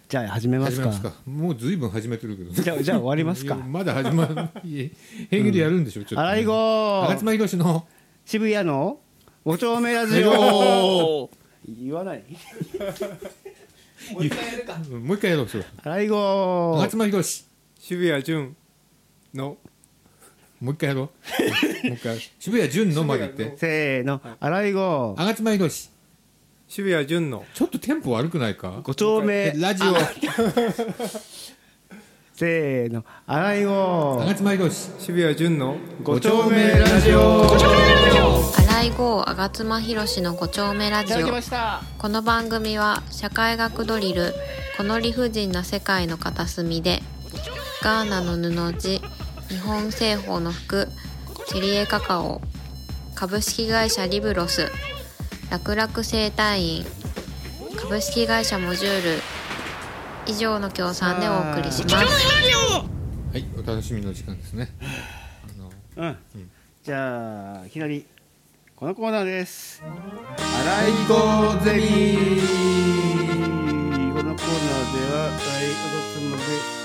Speaker 1: じゃあ始めます
Speaker 3: 始め
Speaker 1: か
Speaker 3: ますかもう随分始めてるけど
Speaker 1: じゃあじゃあ終わりますか
Speaker 3: いやまだ始まらないいえ平気でやるんでしょ、ちょっと
Speaker 1: 洗い子
Speaker 3: 吾妻ひろしの
Speaker 1: 渋谷の五丁目ラジ
Speaker 3: ラジ
Speaker 1: オ言わない
Speaker 3: うんもう一回やろうそれ
Speaker 1: 洗い
Speaker 3: 吾
Speaker 1: 子
Speaker 3: 妻ひろし
Speaker 4: 渋谷純の
Speaker 3: もう一回やろうもう一回渋谷純のまで言って
Speaker 1: せーの洗い子
Speaker 3: 吾妻ひろし
Speaker 4: 渋谷純の
Speaker 3: ちょっとテンポ悪くないか
Speaker 1: 五丁目
Speaker 3: えラジオ
Speaker 1: せーの洗い子
Speaker 3: 吾妻ひろし
Speaker 4: 渋谷純の
Speaker 1: 五丁目ラジオ
Speaker 6: 新井郷吾妻弘の5丁目ラ
Speaker 1: い
Speaker 6: ジ
Speaker 1: ただ
Speaker 6: オ
Speaker 1: きました
Speaker 6: この番組は社会学ドリルこの理不尽な世界の片隅でガーナの布地日本製法の服チェリエカカオ株式会社リブロス楽々生態院株式会社モジュール以上の協賛でお送りします
Speaker 3: はいお楽しみの時間ですねあ
Speaker 1: う
Speaker 3: の
Speaker 1: ん、じゃあいきなりこのコーナーです洗
Speaker 3: 大
Speaker 1: い子
Speaker 3: 行ゼミ
Speaker 1: このコーナーでは大学ので、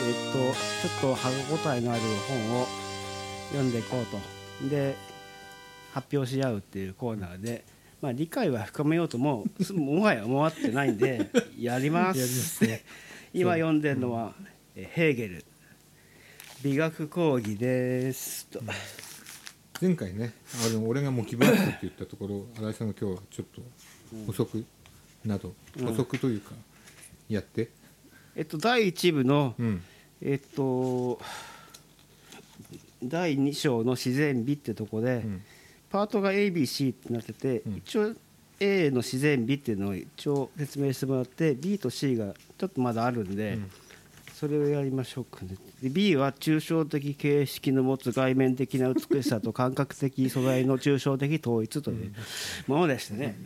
Speaker 1: えっとちょっと歯応えのある本を読んでいこうとで発表し合うっていうコーナーで、まあ、理解は深めようともすもはや思わってないんでやります
Speaker 3: やりますね
Speaker 1: 今読んでるのは、えヘーゲル美学講義ですと、
Speaker 3: 前回ねあの俺がもうギブアップって言ったところ新井さんが今日はちょっと補足など補足というかやって
Speaker 1: えっと、第1部の、
Speaker 3: うん
Speaker 1: えっと、第2章の自然美ってとこで、
Speaker 3: ん
Speaker 1: パートが ABC ってなってて、一応 A の自然美っていうのを一応説明してもらって B と C がちょっとまだあるんで、それをやりましょうかねで B は抽象的形式の持つ外面的な美しさと感覚的素材の抽象的統一というものでしたね、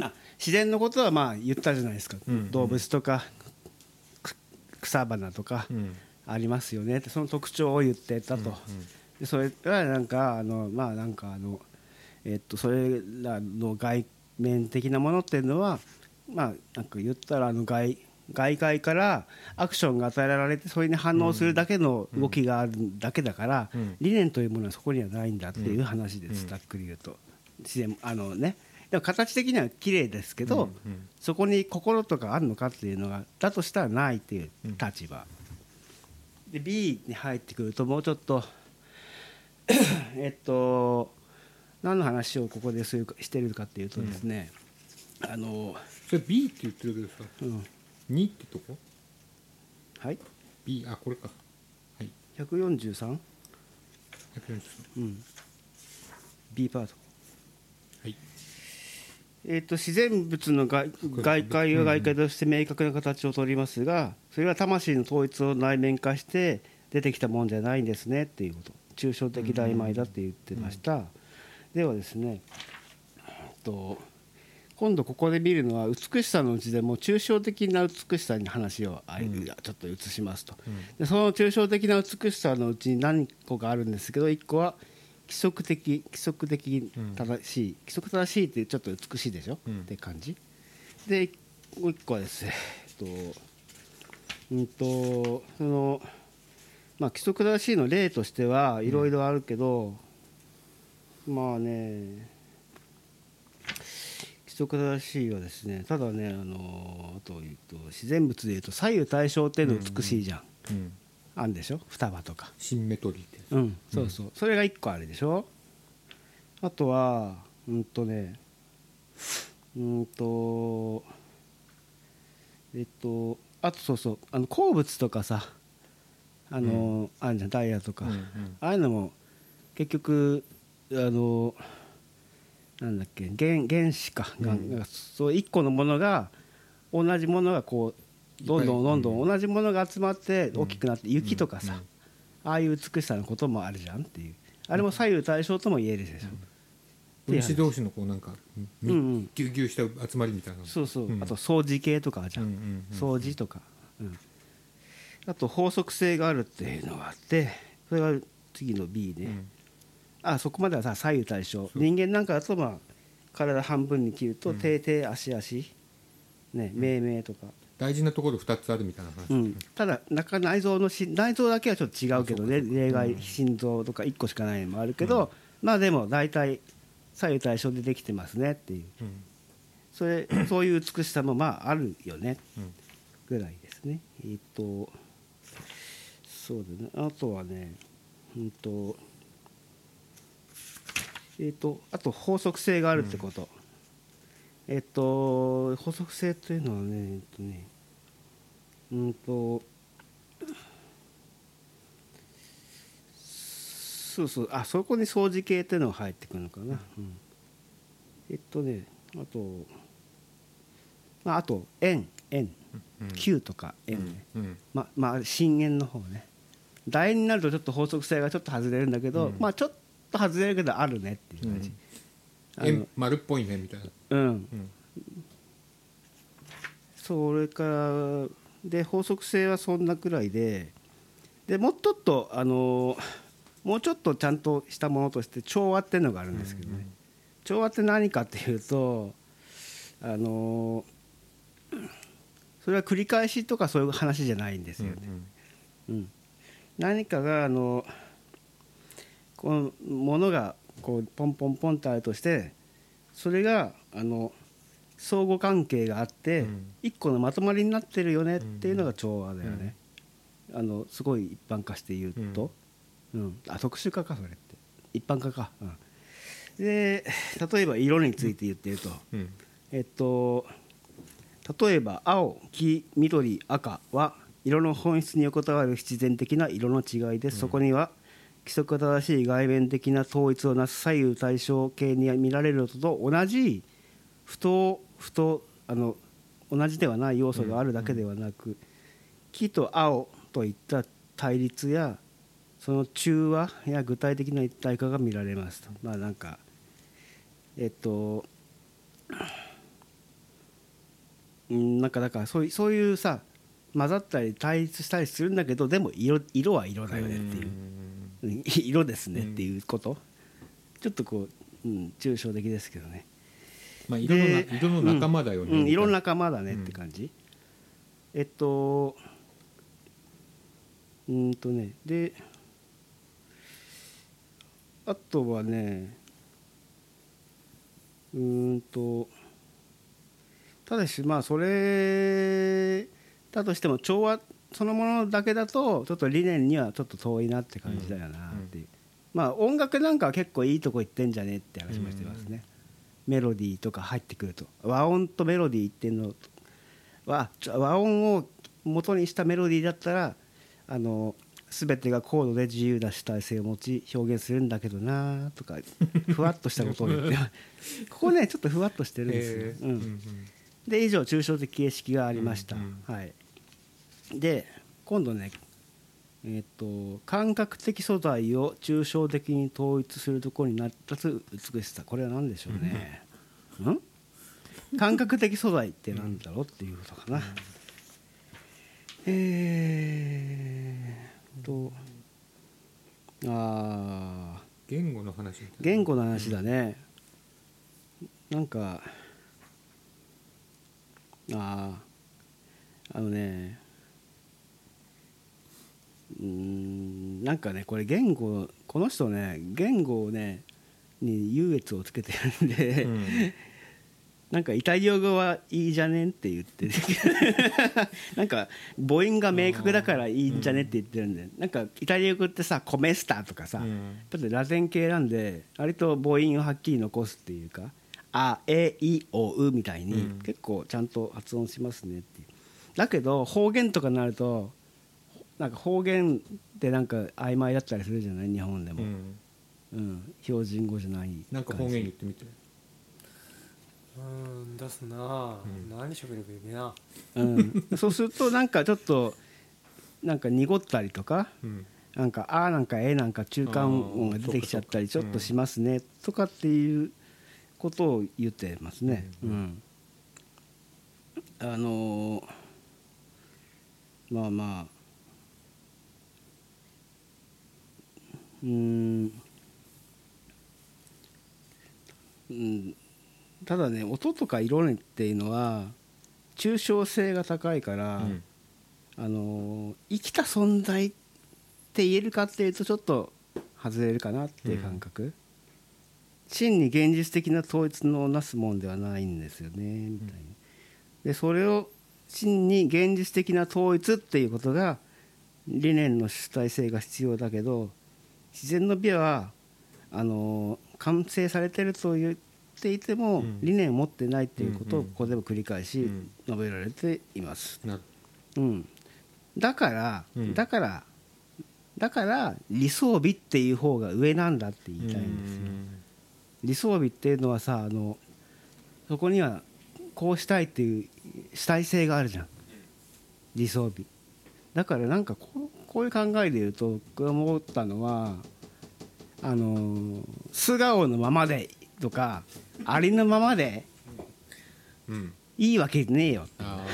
Speaker 1: あ自然のことはまあ言ったじゃないですか、動物とかく草花とか、
Speaker 3: うん
Speaker 1: ありますよねってその特徴を言ってたと、でそれはなんかあのまあなんかあのえっとそれらの外面的なものっていうのはまあなんか言ったらあの外外界からアクションが与えられてそれに反応するだけの動きがあるだけだから、理念というものはそこにはないんだっていう話です、ざっくり言うと自然あのねでも形的には綺麗ですけど、そこに心とかあるのかっていうのがだとしたらないっていう立場、で B に入ってくるともうちょっと [coughs] えっと何の話をここでするかしてるかっていうとですね、あの
Speaker 3: それ B って言ってるけどさ、
Speaker 1: うん
Speaker 3: 2ってとこ
Speaker 1: はい
Speaker 3: B あこれかはい
Speaker 1: 143B
Speaker 3: 143
Speaker 1: パート
Speaker 3: はい
Speaker 1: えっと自然物の外外界を外界として明確な形をとりますがそれは魂の統一を内面化して出てきたもんじゃないんですねっていうこと抽象的大昧だって言ってました、ではですねえっと今度ここで見るのは美しさのうちでも抽象的な美しさに話をあいやちょっと移しますと、でその抽象的な美しさのうちに何個かあるんですけど1個は規則的規則的正しい、規則正しいってちょっと美しいでしょ、って感じでもう1個はですね [laughs] えっとうんとそのまあ規則正しいの例としてはいろいろあるけど、まあね規則正しいはですねただねあのあと言うと自然物でいうと左右対称っていうの美しいじゃん、
Speaker 3: うん
Speaker 1: あるでしょ双葉とか
Speaker 3: シンメトリーってやつ
Speaker 1: うんそうそう、それが一個あるでしょあとはうんとねうんとえっとあとそうそうあの鉱物とかさあの、あるじゃんダイヤとか、ああいうのも結局あのなんだっけ原原子か,、がなんかそう一個のものが同じものがこうどんどんどんどん同じものが集まって大きくなって雪とかさ、ああいう美しさのこともあるじゃんっていうあれも左右対称とも言えるでしょ、うん
Speaker 3: 分子同士のこうなんかみ
Speaker 1: うんうん
Speaker 3: ぎゅうぎゅうした集まりみたいな
Speaker 1: そうそう、
Speaker 3: うん
Speaker 1: あと掃除系とかあるじゃん,、
Speaker 3: うんうんうん
Speaker 1: 掃除とか、うん、あと法則性があるっていうのがあってそれが次の B ね、
Speaker 3: ん
Speaker 1: あそこまではさ左右対称人間なんかだとまあ体半分に切ると、手手足足ね命名とか、
Speaker 3: 大事なところ2つあるみたいな話、
Speaker 1: うん、ただ中内臓のし内臓だけはちょっと違うけどね例外心臓とか1個しかないのもあるけど、まあでも大体左右対称でできてますねっていう、
Speaker 3: ん
Speaker 1: それそういう美しさもまああるよねぐらいですねえーっとそうだねあとはねうんとえーっとあと法則性があるってこと、えーっと法則性というのはねえーっとねうんとそうそうあそこに掃除系っていうのが入ってくるのかな、うんえっとねあとまああと円円球とか円ね、
Speaker 3: うん
Speaker 1: ままあ深淵の方ね楕円になるとちょっと法則性がちょっと外れるんだけど、まあちょっと外れるけどあるねっていう感じ、あの
Speaker 3: 円丸っぽいねみたいな
Speaker 1: うん、
Speaker 3: ん
Speaker 1: それからで法則性はそんなくらいででもうちょっとあのもうちょっとちゃんとしたものとして調和っていうのがあるんですけどね、調和って何かっていうとあのそれは繰り返しとかそういう話じゃないんですよね。うん、何かがあのこのものがこうポンポンポンとあるとしてそれがあの相互関係があって一個のまとまりになってるよねっていうのが調和だよね。あのすごい一般化して言うと、うんあ特殊化かそれって一般化か。うん、で例えば色について言ってると、
Speaker 3: うん
Speaker 1: えっと例えば青黄緑赤は色の本質に横たわる必然的な色の違いです、そこには規則正しい外面的な統一をなす左右対称系に見られるのと同じ不当不当あの同じではない要素があるだけではなく、木と青といった対立やその中和や具体的な一体化が見られますとまあなんかえっとうんなんかだからそういそういうさ混ざったり対立したりするんだけどでも色色は色だよねっていううん [laughs] 色ですねっていうことちょっとこう、うん、抽象的ですけどね
Speaker 3: まあ色のな
Speaker 1: で
Speaker 3: 色の仲間だよね、
Speaker 1: うん、色の仲間だねって感じ、えっとうーんとねであとはねうーんとただしまあそれだとしても調和そのものだけだとちょっと理念にはちょっと遠いなって感じだよなっていう、まあ音楽なんかは結構いいとこ行ってんじゃねって話もしてますね、メロディーとか入ってくると和音とメロディーっていうのはちょ和音を元にしたメロディーだったらあの全てが高度で自由な主体性を持ち表現するんだけどなと
Speaker 3: [laughs]
Speaker 1: かふわっとしたことを言って [laughs] ますここねちょっとふわっとしてるんですよ。う
Speaker 3: うん
Speaker 1: んで以上抽象的形式がありました、
Speaker 3: うん
Speaker 1: はいで今度ねえっと感覚的素材を抽象的に統一するところになったつ美しさこれは何でしょうね、うん、感覚的素材って何だろうっていうことかな、えーっとああ
Speaker 3: 言語の話みたいな
Speaker 1: 言語の話だね、なんかあああのねうーんなんかねこれ言語この人ね言語をねに優越をつけてるんで、なんかイタリア語はいいじゃねんって言って
Speaker 3: [laughs]
Speaker 1: るなんか母音が明確だからいいんじゃねって言ってるんで、なんかイタリア語ってさ「コメスタ」とかさ、
Speaker 3: うん
Speaker 1: だってラテン系なんで割と母音をはっきり残すっていうか「あ」「え」「い」「お」「う」みたいに
Speaker 3: うん
Speaker 1: 結構ちゃんと発音しますねっていうだけど方言とかになるとなんか方言ってなんか曖昧だったりするじゃない日本で
Speaker 3: う
Speaker 1: も、うん
Speaker 3: ん
Speaker 1: 標準語じゃない
Speaker 3: なんか方言言ってみて
Speaker 4: うーん出すなあ、何しゃべればいいな
Speaker 1: うん、そうするとなんかちょっとなんか濁ったりとか
Speaker 3: うん
Speaker 1: なんか「あ」なんか「え」なんか中間音が出てきちゃったりちょっとしますねとかっていうことを言ってますね。うんあのーまあまあうーんうんただね音とか色っていうのは抽象性が高いから、
Speaker 3: うん
Speaker 1: あのー生きた存在って言えるかっていうとちょっと外れるかなっていう感覚、真に現実的な統一のなすもんではないんですよねみたいな、でそれを真に現実的な統一っていうことが理念の主体性が必要だけど自然の美はあのー完成されてると言っていても、
Speaker 3: うん
Speaker 1: 理念を持ってないっていうことを
Speaker 3: うんう
Speaker 1: こ
Speaker 3: ん
Speaker 1: こでも繰り返し
Speaker 3: うん
Speaker 1: 述べられています。
Speaker 3: な
Speaker 1: うん、だから、
Speaker 3: うん
Speaker 1: だからだから理想美っていう方が上なんだって言いたいんですよ、理想美っていうのはさあのそこにはこうしたいっていう主体性があるじゃん理想美だからなんかこうこういう考えで言うと僕が思ったのはあのー素顔のままでとかありのままで
Speaker 3: うん
Speaker 1: いいわけねえよ
Speaker 3: あ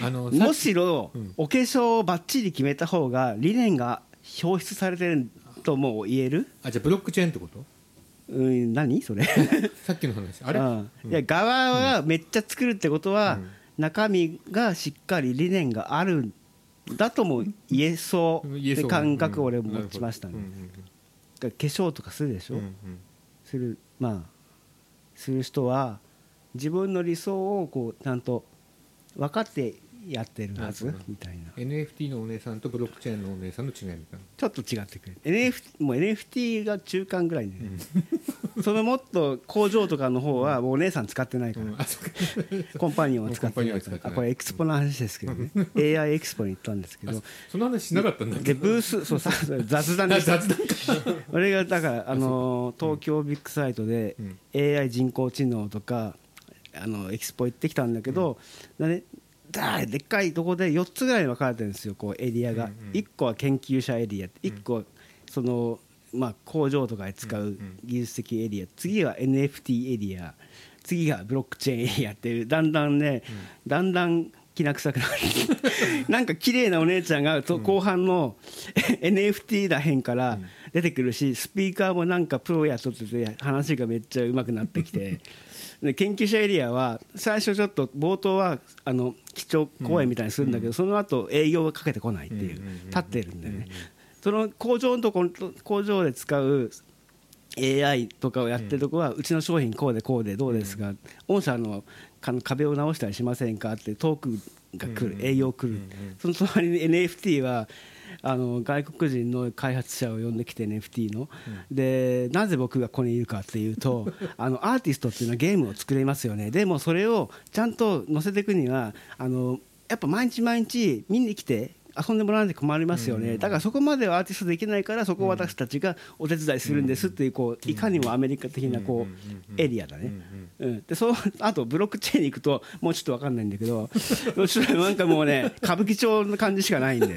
Speaker 3: ーあの
Speaker 1: むしろ
Speaker 3: うん
Speaker 1: お化粧をばっちり決めた方が理念が表出されてるとも言える、
Speaker 3: あじゃあブロックチェーンってこと
Speaker 1: うん、何それ
Speaker 3: さっきの話 [laughs] あれ、
Speaker 1: うんいや側はめっちゃ作るってことは、
Speaker 3: うん
Speaker 1: 中身がしっかり理念があるんだとも言えそううんって感覚を俺持ちましたね、
Speaker 3: うんうん
Speaker 1: だから化粧とかするでし
Speaker 3: う
Speaker 1: ょ、
Speaker 3: んうんうん
Speaker 1: するまあする人は自分の理想をこうちゃんと分かってやってるはず
Speaker 3: あそう
Speaker 1: みたいな
Speaker 3: NFT のお姉さんとブロックチェーンのお姉さんの違いみたいな
Speaker 1: ちょっと違ってくる NF もう NFT が中間ぐらいで、 [laughs] そのもっと工場とかの方はもうお姉さん使ってないから、
Speaker 3: うんあそうか
Speaker 1: コンパニオンは使ってな
Speaker 3: コンパニオンはい使ってない
Speaker 1: あこれエクスポの話ですけどね AI エクスポに行ったん
Speaker 3: [laughs]
Speaker 1: ですけど
Speaker 3: その話しなかったんだっけ
Speaker 1: でブースそうさ雑談
Speaker 3: あ
Speaker 1: で
Speaker 3: [laughs] 雑
Speaker 1: した
Speaker 3: 談か
Speaker 1: [laughs] 俺がだからあの東京ビッグサイトで
Speaker 3: うん
Speaker 1: AI 人工知能とかあのエキスポ行ってきたんだけど、だねだーでっかいとこで4つぐらいに分かれてるんですよこうエリアが、一1個は研究者エリア1個はその、まあ、工場とかで使う技術的エリア次は NFT エリア次がブロックチェーンエリアっていうだんだんね、だんだんきな臭くなる [laughs] なんか綺麗なお姉ちゃんがと後半の [laughs] NFT らへんから出てくるしスピーカーもなんかプロやっとってて話がめっちゃ上手くなってき [laughs] てで研究者エリアは最初ちょっと冒頭はあの基調講演みたいにするんだけどその後営業がかけてこないっていう立ってるんだよね。その工場のとこ工場で使う AI とかをやってるとこは、うちの商品こうでこうでどうですが、御社のか壁を直したりしませんかってトークが来る、営業来る、その隣に NFT はあの外国人の開発者を呼んできて NFT の、でなぜ僕がここにいるかっていう [laughs] とあのアーティストっていうのはゲームを作れますよねでもそれをちゃんと載せていくにはあのやっぱ毎日毎日見に来て遊んでもらわないと困りますよね、だからそこまではアーティストできないからそこを私たちがお手伝いするんですっていうこういかにもアメリカ的なこうエリアだね、うん、でそうあとブロックチェーンに行くともうちょっと分かんないんだけど [laughs] ちょっとなんかもうね歌舞伎町の感じしかないんで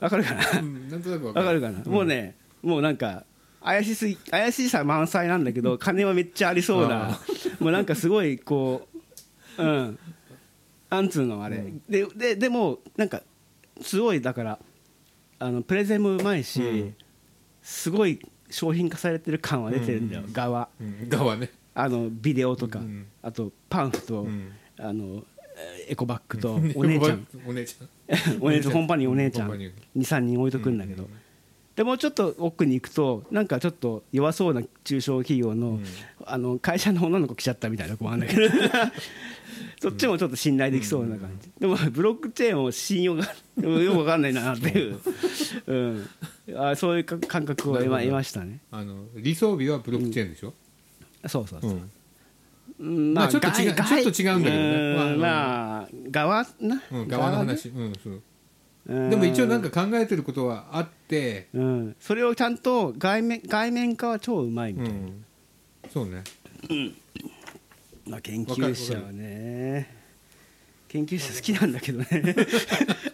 Speaker 1: 分かるかな
Speaker 3: うんなんとなくわ
Speaker 1: わかる
Speaker 3: か
Speaker 1: かな、もうねもうなんか怪しすぎ怪しさ満載なんだけど金はめっちゃありそうな [laughs] もうなんかすごいこううんなんつうのあれ、でででもなんかすごいだからあのプレゼンもうまいし、すごい商品化されてる感は出てるんだよ、側
Speaker 3: うん側ね
Speaker 1: あのビデオとか、
Speaker 3: ん
Speaker 1: あとパンフと、
Speaker 3: ん
Speaker 1: あのえー [laughs] エコバッグと
Speaker 3: ね
Speaker 1: お姉ちゃん
Speaker 3: お姉ちゃ
Speaker 1: [laughs]
Speaker 3: ん
Speaker 1: お姉ちゃんコンパニーお姉ちゃ
Speaker 3: コンパ
Speaker 1: ん
Speaker 3: ニ
Speaker 1: 23人置いとくんだけど、でもうちょっと奥に行くとなんかちょっと弱そうな中小企業の,、あの会社の女の子来ちゃったみたいな子もあるん
Speaker 3: [laughs]
Speaker 1: だけどそっちもちょっと信頼できそうな感じ、でもブロックチェーンを信用が [laughs] よくわかんないなっていう、うん、あそういうか感覚を得ま
Speaker 3: なるほど
Speaker 1: 得ましたね
Speaker 3: あの理想日はブロックチェーンでしょ、
Speaker 1: そうそう
Speaker 3: う、
Speaker 1: そうんうん
Speaker 3: まあちょっと違う
Speaker 1: 外
Speaker 3: ちょっと違うんだけどね
Speaker 1: うん
Speaker 3: まああの
Speaker 1: まあ側な、
Speaker 3: うん、側の
Speaker 1: ね
Speaker 3: 話、うん、そう
Speaker 1: うん
Speaker 3: でも一応なんか考えてることはあって、
Speaker 1: うん、それをちゃんと外面外面化は超うまいみ
Speaker 3: う
Speaker 1: たいな、
Speaker 3: ん、そうね
Speaker 1: まあ、研究者はね研究者好きなんだけ
Speaker 3: [laughs]
Speaker 1: どね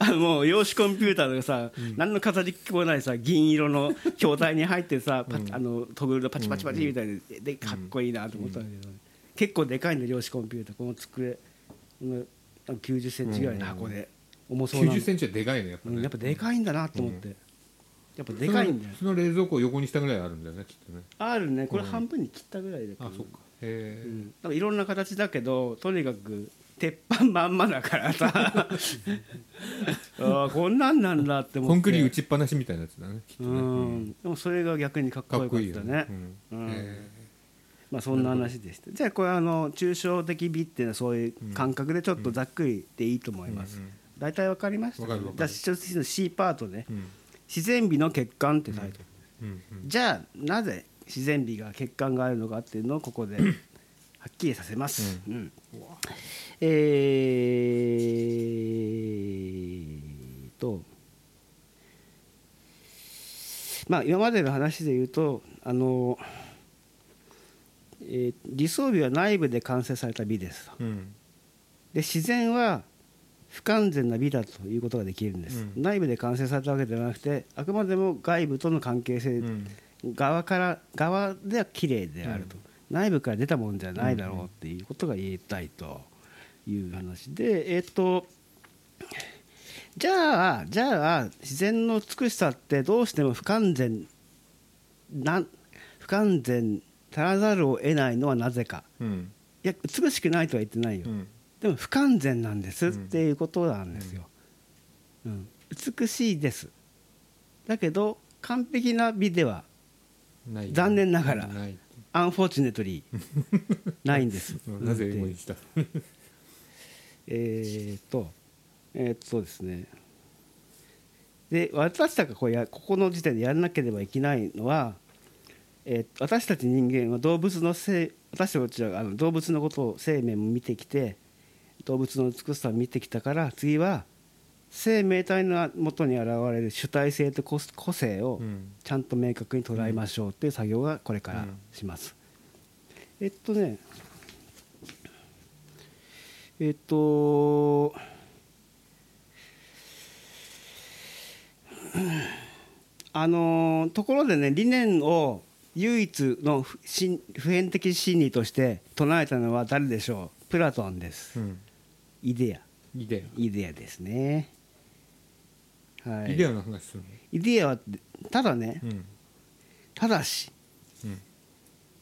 Speaker 1: あのもう量子コンピューターのさ、何の飾りっ気もないさ銀色の筐体に入って
Speaker 3: [laughs]
Speaker 1: さ、パチあのトグルのパチパチパチみたいで,、でかっこいいなと思ったんだけど、結構でかいんだ量子コンピューターこの机このあの90センチぐらいの箱で、重そうな
Speaker 3: 90センチはでかいねやっぱ
Speaker 1: う
Speaker 3: ね、
Speaker 1: んやっぱでかいんだなと思って、やっぱでかいんだよ
Speaker 3: そのその冷蔵庫を横にしたぐらいあるんだよねきっとね
Speaker 1: あるねこれ半分に切ったぐらいだけ
Speaker 3: あ
Speaker 1: ど、
Speaker 3: そっかへえ、
Speaker 1: うんなんかいろんな形だけどとにかく鉄板まんまだから
Speaker 3: [laughs]
Speaker 1: さあーこんなんなんだって思って
Speaker 3: コンクリ打ちっぱなしみたいなやつだねきっと
Speaker 1: う
Speaker 3: ね、
Speaker 1: んでもそれが逆にかっこ
Speaker 3: かっ
Speaker 1: よか
Speaker 3: こ
Speaker 1: っ
Speaker 3: いいよ
Speaker 1: た
Speaker 3: ね
Speaker 1: ね
Speaker 3: うん
Speaker 1: うん
Speaker 3: へ
Speaker 1: まあそんな話でしたじゃあこれあの抽象的美っていうのはそういう感覚でちょっとざっくりでいいと思います、
Speaker 3: うんうん
Speaker 1: 大体わかりました
Speaker 3: わかるわかる
Speaker 1: じゃあ一つの C パートね、
Speaker 3: えうん
Speaker 1: 自然美の欠陥ってタイトル、
Speaker 3: うん
Speaker 1: じゃあなぜ自然美が欠陥があるのかっていうのをここではっきりさせます。うんえーっとまあ今までの話で言うとあの、えー理想美は内部で完成された美ですと。
Speaker 3: うんうん
Speaker 1: で自然は不完全な美だということができるんです、
Speaker 3: うん
Speaker 1: 内部で完成されたわけではなくてあくまでも外部との関係性、
Speaker 3: うん
Speaker 1: 側から側では綺麗であると、内部から出たもんじゃないだろうっていうことが言いたいという話でえっ、とじゃあじゃあ自然の美しさってどうしても不完全なん不完全足らざるを得ないのはなぜか
Speaker 3: うん
Speaker 1: いや美しくないとは言ってないよ、
Speaker 3: うん
Speaker 1: でも不完全なんですっていうことなんですよ。うん美しいですだけど完璧な美では
Speaker 3: ないよ
Speaker 1: 残念ながら
Speaker 3: ない、
Speaker 1: アンフォーチュネットリ [laughs] ーないんです。
Speaker 3: うんなぜ英語にした
Speaker 1: えーっとえーっとそうですねで私たちがこうやここの時点でやらなければいけないのは、えーっと私たち人間は動物のせい私たちはあの動物のことを生命も見てきて動物の美しさを見てきたから次は生命体のもとに現れる主体性と個個性を
Speaker 4: うん
Speaker 1: ちゃんと明確に捉えましょうっていう作業がこれからします。えっとねえっとあのーところでね理念を唯一の不真普遍的真理として唱えたのは誰でしょうプラトンです、
Speaker 3: うん
Speaker 1: イデア
Speaker 3: イデ
Speaker 1: イデアですねは
Speaker 3: ア
Speaker 1: い
Speaker 3: イデアの話する
Speaker 1: イデアはただね
Speaker 3: のうん
Speaker 1: ただし、
Speaker 3: うん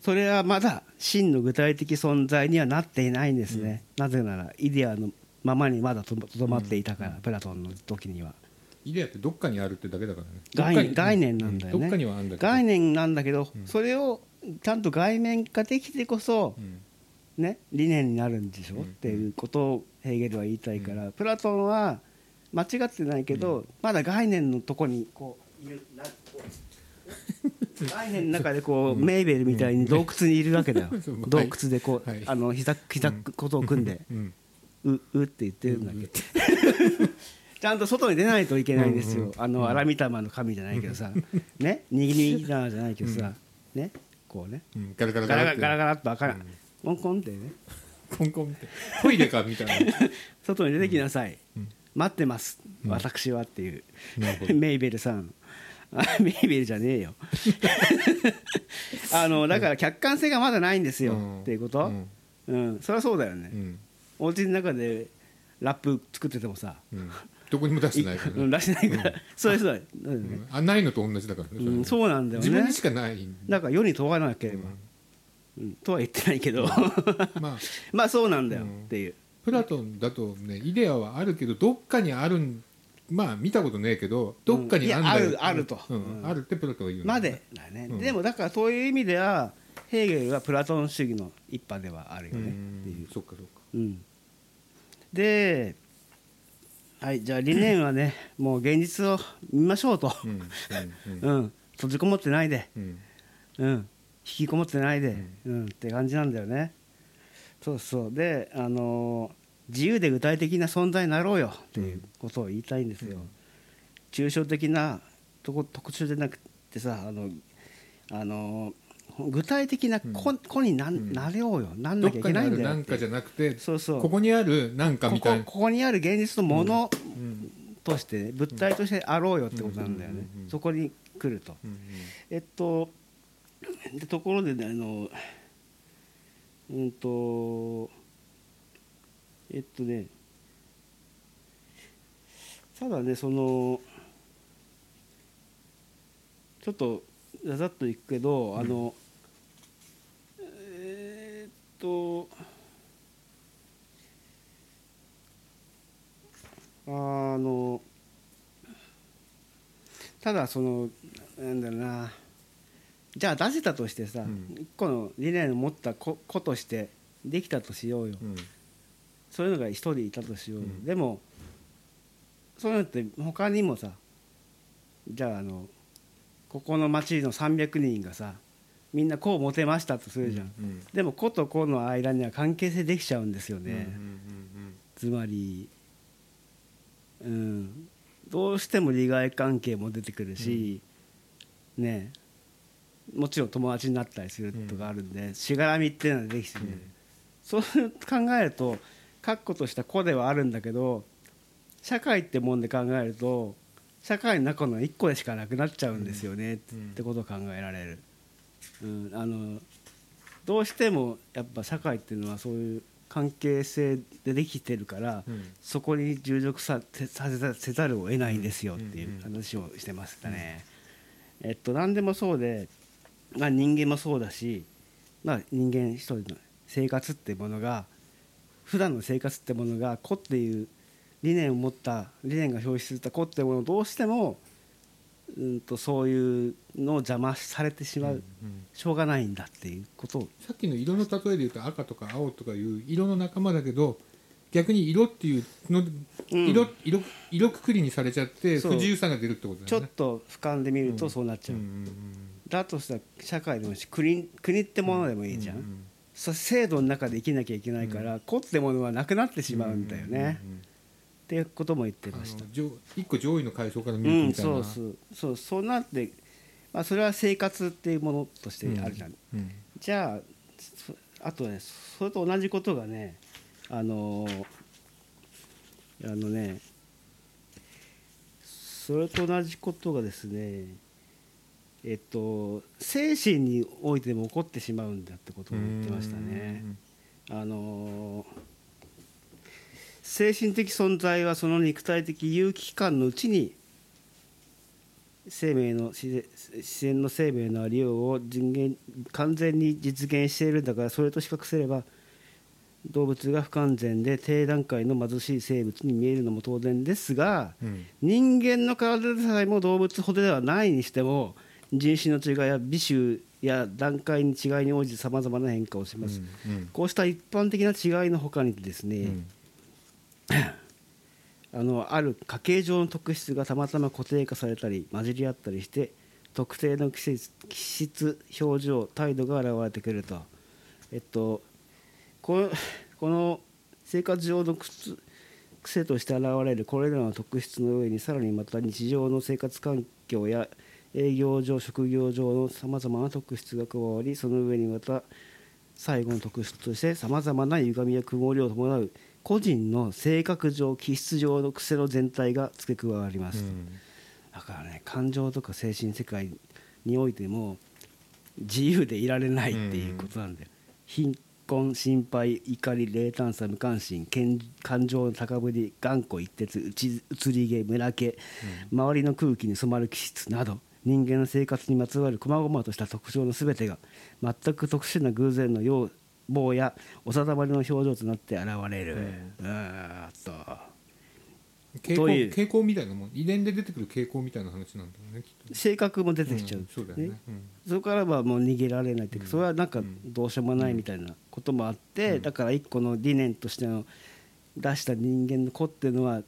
Speaker 1: それはまだ真の具体的存在にはなっていないんですね、なぜならイデアのままにまだとどとどまっていたから、プラトンの時には
Speaker 3: イデアってどっかにあるってだけだからね
Speaker 1: 概
Speaker 3: どっかに
Speaker 1: 概念なんだよね
Speaker 3: うどっかにはあるんだけど
Speaker 1: 概念なんだけど、
Speaker 3: うん
Speaker 1: それをちゃんと外面化できてこそ、
Speaker 3: うん
Speaker 1: ね、理念になるんでしょ、
Speaker 3: うん
Speaker 1: っていうことをヘーゲルは言いたいから、プラトンは間違ってないけど、まだ概念のとこにこういるなこ
Speaker 3: [laughs]
Speaker 1: う概念の中でこう、メイベルみたいに洞窟にいるわけだよ、
Speaker 3: そう
Speaker 1: 洞窟でこう、
Speaker 3: はい
Speaker 1: あの膝膝ことを組んで、
Speaker 3: うん
Speaker 1: ううって言ってるんだけど、 [laughs] ちゃんと外に出ないといけないんですよ、あの荒御霊の神じゃないけどさ、ね握りなじゃないけどさ、ねこうね
Speaker 3: うんガラガラ
Speaker 1: ガ
Speaker 3: ガ
Speaker 1: ラ
Speaker 3: ラ
Speaker 1: ガ
Speaker 3: ガ
Speaker 1: ラガラ
Speaker 3: ラ
Speaker 1: ガラっと開かない、コンコンってね
Speaker 3: コンコンってトイレかみたいな
Speaker 1: 外に出てきなさい、待ってます、私はっていう
Speaker 3: なるほど
Speaker 1: [laughs] メイベルさんあメイベルじゃねえ
Speaker 3: [laughs]
Speaker 1: よあのだから客観性がまだないんですよ、
Speaker 3: うん
Speaker 1: っていうこと、う
Speaker 3: うんん
Speaker 1: そりゃそうだよね、
Speaker 3: うん
Speaker 1: お家の中でラップ作っててもさ、
Speaker 3: うんどこにも出してないからね
Speaker 1: うん、出してないから、そうですそうです
Speaker 3: うんあないのと同じだからね
Speaker 1: うん、
Speaker 3: それ
Speaker 1: そうなんだよ
Speaker 3: 自分
Speaker 1: ね
Speaker 3: にしかない
Speaker 1: だから世に問わなければ、うんとは言ってないけど
Speaker 3: まあ
Speaker 1: [laughs] まあそうなんだよっていう、
Speaker 3: プラトンだとねイデアはあるけどどっかにあるんまあ見たことねえけどどっかにあるんだよ、
Speaker 1: うんいやあるあると
Speaker 3: うんあるってプラトンは言うの
Speaker 1: までだね、
Speaker 3: うん
Speaker 1: でもだからそういう意味ではヘーゲルはプラトン主義の一派ではあるよ
Speaker 3: う
Speaker 1: ねってい
Speaker 3: ん
Speaker 1: う、
Speaker 3: そっかそっか
Speaker 1: うん、ではいじゃあ理念はねもう現実を見ましょうと、
Speaker 3: うんうん
Speaker 1: うん閉じこもってないで、
Speaker 3: うん
Speaker 1: うん、引きこもってないで、うんって感じなんだよねそうそうであのー自由で具体的な存在になろうよっていうことを言いたいんですよ、抽象的なとこ特徴じゃなくてさあの、あのー具体的な子,、子になん、なれようよ [laughs] なんな
Speaker 3: どっ
Speaker 1: きゃいけ
Speaker 3: かに
Speaker 1: な
Speaker 3: あ
Speaker 1: いん
Speaker 3: る
Speaker 1: だよ
Speaker 3: な
Speaker 1: っ
Speaker 3: ん
Speaker 1: て
Speaker 3: かじゃなくて
Speaker 1: そうそう
Speaker 3: ここにあるなんかみ
Speaker 1: ここ
Speaker 3: たいな
Speaker 1: ここにある現実のものとして、ね、物体としてあろうよってことなんだよね、そこに来ると、えっとでところでねあのうんとえっとねただねそのちょっとざざっといくけどあの、えーっとあのただそのなんだろうなじゃあ出せたとしてさ、
Speaker 3: ん
Speaker 1: 一個の理念を持った子子としてできたとしようよ、
Speaker 3: うん
Speaker 1: そういうのが一人いたとしようよ、
Speaker 3: うん
Speaker 1: でもそういうのって他にもさじゃああのここの町の300人がさみんなこうモテましたとするじゃん、
Speaker 3: うん
Speaker 1: でも子と子の間には関係性できちゃうんですよね、つまり、うん、どうしても利害関係も出てくるし、ねえもちろん友達になったりするとかあるんで、しがらみっていうのができてね、そう考えると確固とした子ではあるんだけど社会ってもんで考えると社会の中の一個でしかなくなっちゃうんですよね、ってことを考えられる。うん、あのどうしてもやっぱ社会っていうのはそういう関係性でできてるから、
Speaker 3: うん
Speaker 1: そこに従属させさせざせざるを得ないんですよっていう話をしてましたね。えっと何でもそうで、まあ、人間もそうだし、まあ、人間一人の生活ってものが普段の生活ってものが子っていう理念を持った理念が表出した子ってものをどうしてもうんとそういうのを邪魔されてしまう、しょうがないんだっていうことを
Speaker 3: さっきの色の例えで言うと赤とか青とかいう色の仲間だけど逆に色っていうの色、色色くくりにされちゃって
Speaker 1: そう
Speaker 3: 不自由さが出るってこと
Speaker 1: ち
Speaker 3: だ
Speaker 1: ょっ
Speaker 3: よね
Speaker 1: と俯瞰で見るとそうなっちゃう、だとしたら社会でもいいし国国ってものでもいいじゃん、そ制度の中で生きなきゃいけないから、子ってものはなくなってしまうんだよね、っていうことも言って
Speaker 3: あ
Speaker 1: ました
Speaker 3: の上一個上位の階層から見
Speaker 1: う
Speaker 3: るみ
Speaker 1: ん
Speaker 3: たいな、
Speaker 1: そうそうそうそうなって、まあ、それは生活っていうものとしてあるじゃん、
Speaker 3: うん
Speaker 1: じゃあそあとねそれと同じことがねあのーあのねそれと同じことがですねえっと精神においても起こってしまうんだってことを言ってましたね。あのー精神的存在はその肉体的有機期間のうちに生命の自然自然の生命のありようを人間完全に実現しているんだからそれと比較すれば動物が不完全で低段階の貧しい生物に見えるのも当然ですが、
Speaker 3: ん
Speaker 1: 人間の体でさえも動物ほどではないにしても人種の違いや美醜や段階に違いに応じてさまざまな変化をします、こうした一般的な違いのほかにですね、あのある家系上の特質がたまたま固定化されたり混じり合ったりして特定の季節気質表情態度が現れてくるとえっとこのこの生活上の靴癖として現れるこれらの特質の上にさらにまた日常の生活環境や営業上職業上のさまざまな特質が加わりその上にまた最後の特質としてさまざまな歪みや曇りを伴う個人の性格上気質上の癖の全体が付け加わります、だからね感情とか精神世界においても自由でいられないっていうことなんだよ、貧困心配怒り冷淡さ無関心健感情の高ぶり頑固一徹うち移り毛村毛、周りの空気に染まる気質など人間の生活にまつわる細々とした特徴の全てが全く特殊な偶然の要望やお定まりの表情となって現れる、うーっと
Speaker 3: 傾向
Speaker 1: どういう
Speaker 3: 傾向みたいなもん遺伝で出てくる傾向みたいな話なんだよねきっと
Speaker 1: 性格も出てきちゃう、
Speaker 3: んそうだよねうん
Speaker 1: そこからはもう逃げられないというか、それはなんかどうしようもないみたいなこともあって、だから一個の理念としての出した人間の子っていうのは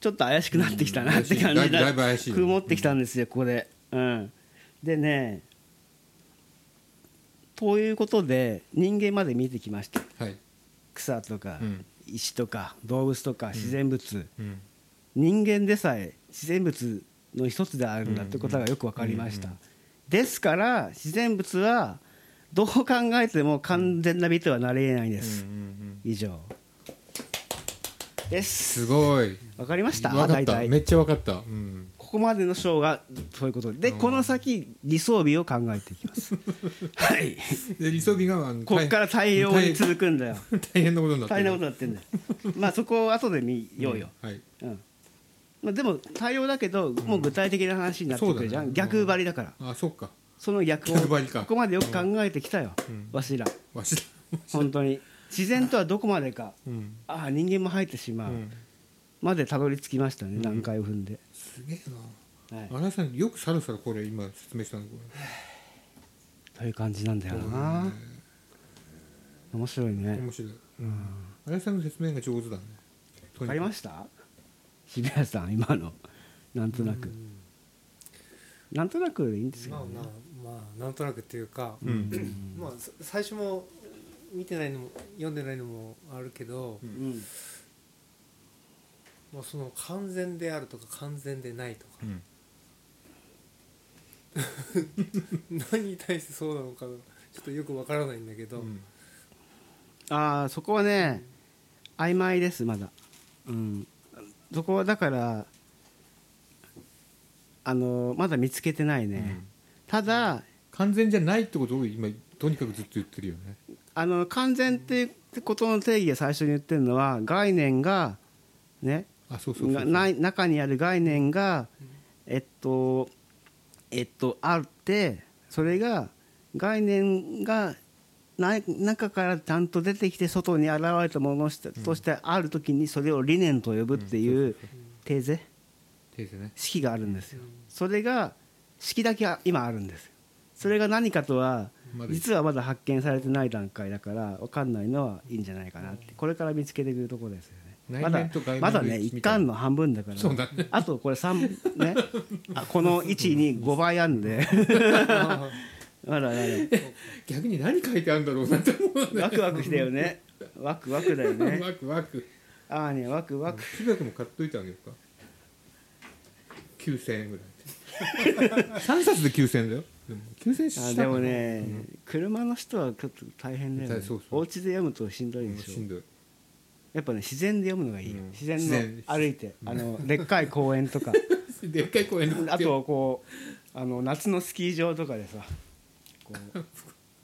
Speaker 1: ちょっと怪しくなってきたなって感
Speaker 3: だ
Speaker 1: じ
Speaker 3: いぶだいぶ怪しいよね
Speaker 1: 曇ってきたんですよここで。うん、でねということで人間まで見てきました
Speaker 3: はい
Speaker 1: 草とか
Speaker 3: うん
Speaker 1: 石とか動物とか自然物、
Speaker 3: うん
Speaker 1: 人間でさえ自然物の一つであるんだってことがよく分かりました、ですから自然物はどう考えても完全な美とはなり得ないんで
Speaker 3: うんうん
Speaker 1: す、
Speaker 3: うん
Speaker 1: 以上です
Speaker 3: すごい
Speaker 1: 分かりました
Speaker 3: わかっ
Speaker 1: 大
Speaker 3: た
Speaker 1: 体
Speaker 3: めっちゃわかったうん
Speaker 1: ここまでの章がそういうことで、この先理想美を考えていきます
Speaker 3: [laughs]
Speaker 1: はい
Speaker 3: で理想美があの
Speaker 1: こっから大量に続くんだよ
Speaker 3: 大大変なことになって
Speaker 1: 大変なことになってんだよまあそこを後で見ようよ、
Speaker 3: はい
Speaker 1: うんまあ、でも対応だけどもう具体的な話になってくるじゃん、
Speaker 3: そうだね
Speaker 1: 逆張りだから
Speaker 3: あそっか
Speaker 1: その逆を
Speaker 3: 逆張りか
Speaker 1: ここまでよく考えてきたよ、わしら
Speaker 3: わし
Speaker 1: 本当に自然とはどこまでか、
Speaker 3: うん
Speaker 1: ああ人間も入ってしまう、
Speaker 3: うん
Speaker 1: までたどり着きましたね段階を踏んで、
Speaker 3: すげえ
Speaker 1: はい
Speaker 3: な荒井さんよくさらさらこれ今説明したのこ
Speaker 1: という感じなんだよな、面白い
Speaker 3: れ
Speaker 1: ね
Speaker 3: 面白い荒井さんの説明が上手だね
Speaker 1: わかりま
Speaker 3: し
Speaker 1: した渋谷さん今のなんとなく、なんとなくでいいんですよ、
Speaker 4: まあまあまあなんとなくっていうか、
Speaker 3: うん
Speaker 4: まあさ最初も見てないのも読んでないのもあるけど、
Speaker 3: ん
Speaker 1: うん
Speaker 4: まあ、その完全であるとか完全でないとか、
Speaker 3: うん
Speaker 4: 何に対してそうなのかなちょっとよくわからないんだけど、
Speaker 3: うん
Speaker 1: ああそこはね曖昧ですまだうんそこはだからあのまだ見つけてないね、ただ
Speaker 3: 完全じゃないってことを今とにかくずっと言ってるよね
Speaker 1: あの完全っていうことの定義が最初に言ってるのは概念がね
Speaker 3: あそうそうそうそう
Speaker 1: ない中にある概念がえっとえっとあってそれが概念がない中からちゃんと出てきて外に現れたものしとしてある時にそれを理念と呼ぶっていう定是
Speaker 3: 訂正ね
Speaker 1: 式があるんですよそれが式だけは今あるんですよそれが何かとは
Speaker 3: まだ
Speaker 1: 実はまだ発見されてない段階だから分かんないのはいいんじゃないかなってこれから見つけていくところですよねま
Speaker 3: 内
Speaker 1: だ
Speaker 3: 面と外面
Speaker 1: まだ
Speaker 3: の
Speaker 1: ね
Speaker 3: 一致み
Speaker 1: 一
Speaker 3: たいな
Speaker 1: 巻の半分だから
Speaker 3: そうだね
Speaker 1: あとこれ3ねあこの125倍あるん
Speaker 3: [laughs]
Speaker 1: でまだまだ
Speaker 3: 逆に何書いてあるんだろうなって思うね
Speaker 1: ワクワクしたよねワクワクだよ
Speaker 3: [laughs]
Speaker 1: ね
Speaker 3: ワクワク
Speaker 1: ああねワクワク
Speaker 3: 木崎も買っといてあげようか9000円ぐらい3冊で9000円だよでも9000円したか
Speaker 1: あ
Speaker 3: な
Speaker 1: でもね、車の人はちょっと大変だよね
Speaker 3: そうそ
Speaker 1: お
Speaker 3: う
Speaker 1: 家で読むとしんどい
Speaker 3: もう
Speaker 1: でし
Speaker 3: し
Speaker 1: ょ
Speaker 3: んどい
Speaker 1: やっぱね自然で読むのがいいよ、
Speaker 3: うん
Speaker 1: 自然
Speaker 3: 自然
Speaker 1: の歩いて、あのでっかい公園と
Speaker 3: [laughs]
Speaker 1: か
Speaker 3: でっかい公園の
Speaker 1: あとこうあの夏のスキー場とかでさこう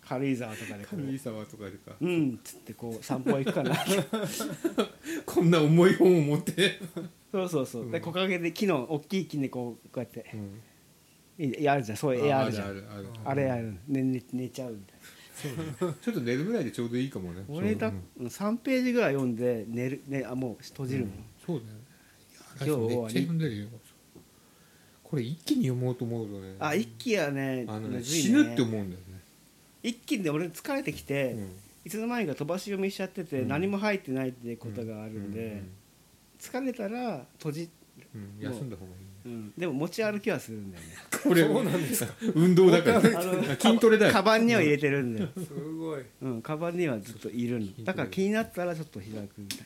Speaker 1: 軽井沢とかでこ
Speaker 3: 神
Speaker 1: う
Speaker 3: 様とかでか
Speaker 1: うんっつってこう散歩行く
Speaker 3: [laughs]
Speaker 1: かな
Speaker 3: こんな重い本を持って
Speaker 1: そうそうそう、で木陰で木の大きい木にこうこうやって、
Speaker 3: ん
Speaker 1: いやあるじゃんそういう絵あるじゃんあ
Speaker 3: るある
Speaker 1: れあるね寝寝ちゃうみたいな
Speaker 3: ちょっと寝るぐらいでちょうどいいかもね
Speaker 1: 俺だ、3ページぐらい読んで寝る、ね、あもう閉じるの、
Speaker 3: そうね
Speaker 1: 今日終
Speaker 3: めっ
Speaker 1: わ
Speaker 3: ちゃ
Speaker 1: り
Speaker 3: 読んでるよこれ一気に読もうと思うとね
Speaker 1: あ一気はね
Speaker 3: あのね
Speaker 1: むずいね
Speaker 3: 死ぬって思うんだよね
Speaker 1: 一気にで俺疲れてきて、
Speaker 3: うん
Speaker 1: いつの間にか飛ばし読みしちゃってて、何も入ってないってことがあるんで、疲れたら閉じ、
Speaker 3: うん休んだ方が
Speaker 1: う
Speaker 3: いい
Speaker 1: ん、でも持ち歩きはするんだよね
Speaker 3: これそうなんですか運動だから筋トレだ
Speaker 1: カ
Speaker 3: よ
Speaker 1: バンには入れてるんだよ、
Speaker 4: すごい
Speaker 1: うん、カバンにはずっといるのだから気になったらちょっと開くみたいな、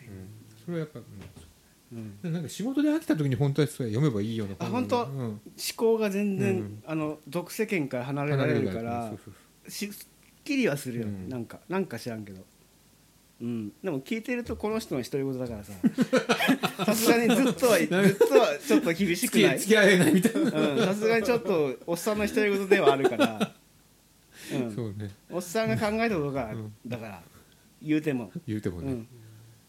Speaker 3: それはやっぱうん
Speaker 1: うん
Speaker 3: でなんか仕事で飽きた時に本当は読めばいいような
Speaker 1: あ本当
Speaker 3: うん
Speaker 1: 思考が全然、
Speaker 3: うん
Speaker 1: あの俗世間から離れら
Speaker 3: 離
Speaker 1: れ
Speaker 3: れ
Speaker 1: る
Speaker 3: る
Speaker 1: か
Speaker 3: かららそうそう
Speaker 1: しすっきりはするよ、
Speaker 3: うん
Speaker 1: なんかなんか知らんけどうんでも聞いてるとこの人の独り言だからさ
Speaker 3: [laughs]
Speaker 1: さすがにずっとはずっとはちょっと厳しく
Speaker 3: 付き
Speaker 1: な
Speaker 3: 合
Speaker 1: い
Speaker 3: い付き合えないみたいな
Speaker 1: うんさすがにちょっとおっさんの独り言ではあるから、うん
Speaker 3: そうね
Speaker 1: おっさんが考えたことが、
Speaker 3: うん
Speaker 1: だから言うても、
Speaker 3: 言うても
Speaker 1: う
Speaker 3: ね
Speaker 1: ん、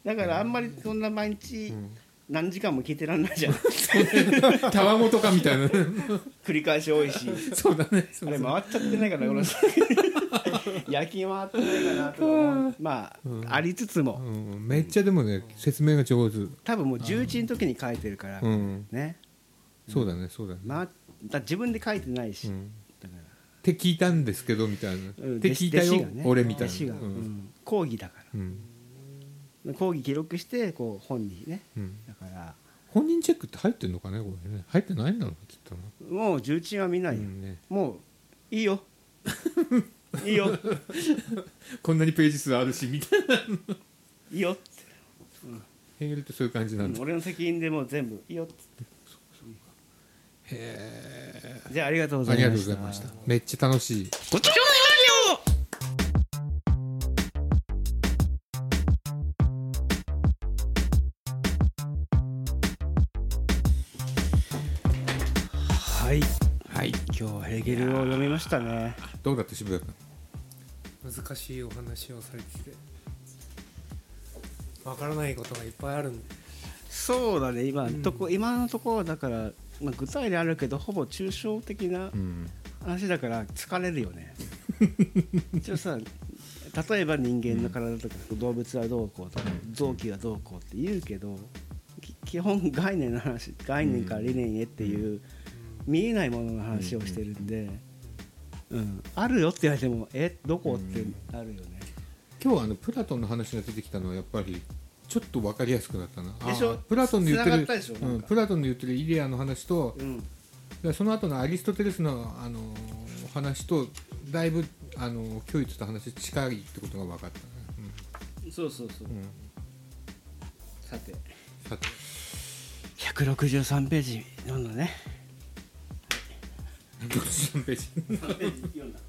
Speaker 1: だからあんまりそんな毎日
Speaker 3: うん
Speaker 1: 何時間も聞いてらんないじゃん [laughs]
Speaker 3: たわごとかみたいな
Speaker 1: 繰り返し多いし
Speaker 3: そうだねそ
Speaker 1: あ
Speaker 3: う
Speaker 1: れ
Speaker 3: そう
Speaker 1: 回っちゃってないからこの
Speaker 3: [laughs]
Speaker 1: 焼き回ってないかなとか思うまあ、
Speaker 3: うん
Speaker 1: ありつつも
Speaker 3: うんめっちゃでもね説明が上手
Speaker 1: 多分もう11の時に書いてるから、
Speaker 3: うん
Speaker 1: ね
Speaker 3: そうだねそうだね
Speaker 1: まあだ自分で書いてないし、
Speaker 3: うん
Speaker 1: だから
Speaker 3: って聞いたんですけどみたいなって
Speaker 1: うん
Speaker 3: 聞いた
Speaker 1: 弟子
Speaker 3: よ
Speaker 1: がね
Speaker 3: 俺みたい
Speaker 1: 弟子が、
Speaker 3: な
Speaker 1: う
Speaker 3: うん
Speaker 1: ん、講義だか
Speaker 3: うん
Speaker 1: ら講義記録してこう本にね
Speaker 3: うん
Speaker 1: だから
Speaker 3: 本人チェックって入ってんのかねこれね入ってないんだろうなきっとな
Speaker 1: もう重鎮は見な
Speaker 3: う
Speaker 1: いよ、
Speaker 3: んね
Speaker 1: もういい
Speaker 3: [laughs]
Speaker 1: よいいよ
Speaker 3: こんなにページ数あるしみたいない
Speaker 1: いよって、
Speaker 3: ヘーゲルってそういう感じなん
Speaker 1: う
Speaker 3: だ
Speaker 1: ん俺の責任でもう全部いいよって
Speaker 3: へ
Speaker 1: じゃあありがとうご
Speaker 3: ーあ
Speaker 1: ざいま
Speaker 3: りがとうご
Speaker 1: し
Speaker 3: ざい
Speaker 1: た
Speaker 3: ましためっちゃ楽しい
Speaker 2: ごちそうさまでした
Speaker 1: はい
Speaker 3: はい
Speaker 1: 今日はヘーゲルを読みましたね
Speaker 3: どうだった渋谷君
Speaker 4: 難しいお話をされててわからないことがいっぱいあるんで
Speaker 1: そうだね今,、とこ今のところだから、まあ、具体例あるけどほぼ抽象的な
Speaker 3: うん
Speaker 1: 話だから疲れるよ [laughs] ね一応さ例えば人間の体とか動物はどうこうとか臓器はどうこうって言うけどき基本概念の話概念から理念へっていう見えないものの話をしてるんで、うん、あるよって言われてもえどこってあるよね。
Speaker 3: 今日あのプラトンの話が出てきたのはやっぱりちょっと分かりやすくなったなあー
Speaker 1: でしょ
Speaker 3: プラトンの言って
Speaker 1: 繋が
Speaker 3: る
Speaker 1: ったでしょ
Speaker 3: う
Speaker 1: なん
Speaker 3: ん、
Speaker 1: か
Speaker 3: プラトンの言ってるイデアの話と
Speaker 1: うん
Speaker 3: でその後のアリストテレスの、あのー話とだいぶ、あのー今日言ってた話近いってことが分かったね、
Speaker 1: そうそうそう、
Speaker 3: うんうん、
Speaker 1: さて
Speaker 3: さて [laughs]
Speaker 1: 163ページ読んだね
Speaker 3: 63ページ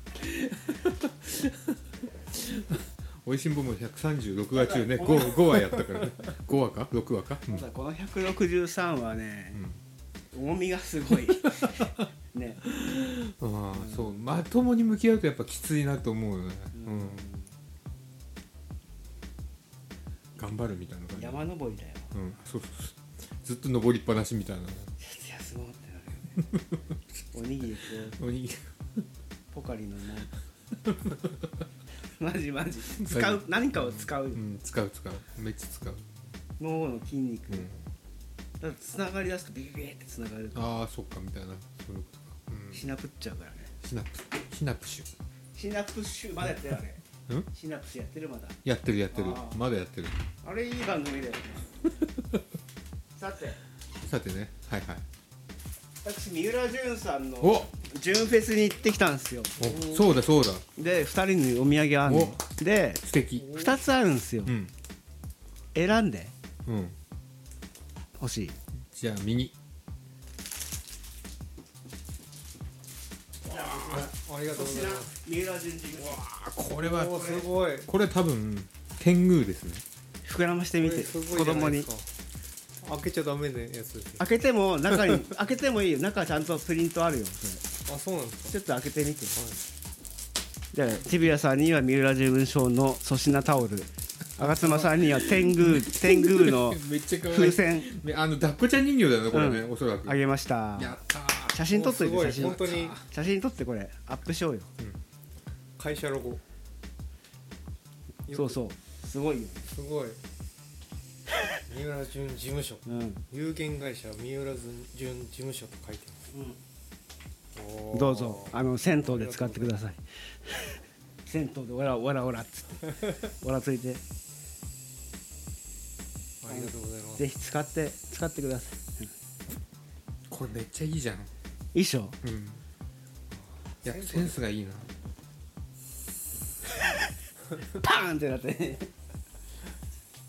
Speaker 3: おいしんぼも136話中ね 5, 5話やったからね5話か6話か、うん
Speaker 1: ただこの163はね、重みがすごい [laughs] ね
Speaker 3: ああそうまともに向き合うとやっぱきついなと思うよね、うん、頑張るみたいな感じ、
Speaker 1: 山登りだよ
Speaker 3: うん、そうそうそうずっと登りっぱなしみたいな
Speaker 1: ちょっと休もうってなるよねおにぎりと
Speaker 3: おにぎり
Speaker 1: ポカリのもマジマジ使う何かを使う
Speaker 3: うん、使う使うめっちゃ使う、
Speaker 1: 脳の筋肉
Speaker 3: うん、
Speaker 1: だつながりだすとビビビってつながると
Speaker 3: ああそっかみたいなそういうことか、うん、
Speaker 1: しなぷっちゃうからね
Speaker 3: シナプシナプシュ
Speaker 1: シナプス集まだやってるあれ
Speaker 3: ん
Speaker 1: シナプスやってるまだ
Speaker 3: やってるやってる
Speaker 1: あー
Speaker 3: まだやってる
Speaker 1: あれいい番組だよ
Speaker 4: [laughs]
Speaker 1: ねさて
Speaker 3: さてねはいはい
Speaker 1: 私三浦淳さんの
Speaker 3: お
Speaker 1: 純フェスに行ってきたんですよ
Speaker 3: おそうだそうだ
Speaker 1: で2人にお土産あんので
Speaker 3: 素敵
Speaker 1: 2つあるんですよ
Speaker 3: うん
Speaker 1: 選んで
Speaker 3: うん
Speaker 1: ほしい
Speaker 3: じゃあ右
Speaker 4: ありがとうございます
Speaker 1: 三浦淳事
Speaker 3: あこれは
Speaker 4: おーすごい
Speaker 3: これ多分天狗ですね
Speaker 1: 膨らましてみて
Speaker 4: これす
Speaker 1: 子
Speaker 4: ごいじゃな
Speaker 1: 供
Speaker 4: いで
Speaker 1: に
Speaker 4: すか開けちゃダメなやつですね
Speaker 1: 開けても
Speaker 4: [laughs]
Speaker 1: 中に開けてもいいよ中ちゃんとプリントあるよそれ
Speaker 4: あそうなんです
Speaker 1: ちょっと開けてみて、はい、でティビアさんには三浦十文賞の粗品タオル吾妻さんには天狗天狗の
Speaker 3: めっちゃ [laughs] 可愛
Speaker 1: 風
Speaker 3: い
Speaker 1: 船
Speaker 3: ねあの抱っこちゃん人形だよねこれね、おそらく
Speaker 1: あげました
Speaker 3: やったー
Speaker 1: 写真撮っといて
Speaker 4: お
Speaker 1: 写
Speaker 4: すごい本
Speaker 1: 真
Speaker 4: 当に
Speaker 1: 写真撮ってこれアップしようよ
Speaker 4: か会社ロゴ
Speaker 1: そうそうすごいよ、
Speaker 4: すご [laughs] い三浦淳事務所
Speaker 1: うん、
Speaker 4: 有限会社三浦淳事務所と書いてます、おー
Speaker 1: どうぞあの銭湯で使ってください銭湯でオラオラオラっつってオラついて
Speaker 4: ありがとうございます
Speaker 1: ぜひ使って使ってください
Speaker 3: これめっちゃいいじゃん
Speaker 1: いいっしょ
Speaker 3: うんいやセンスがいいな
Speaker 1: パーンってなってね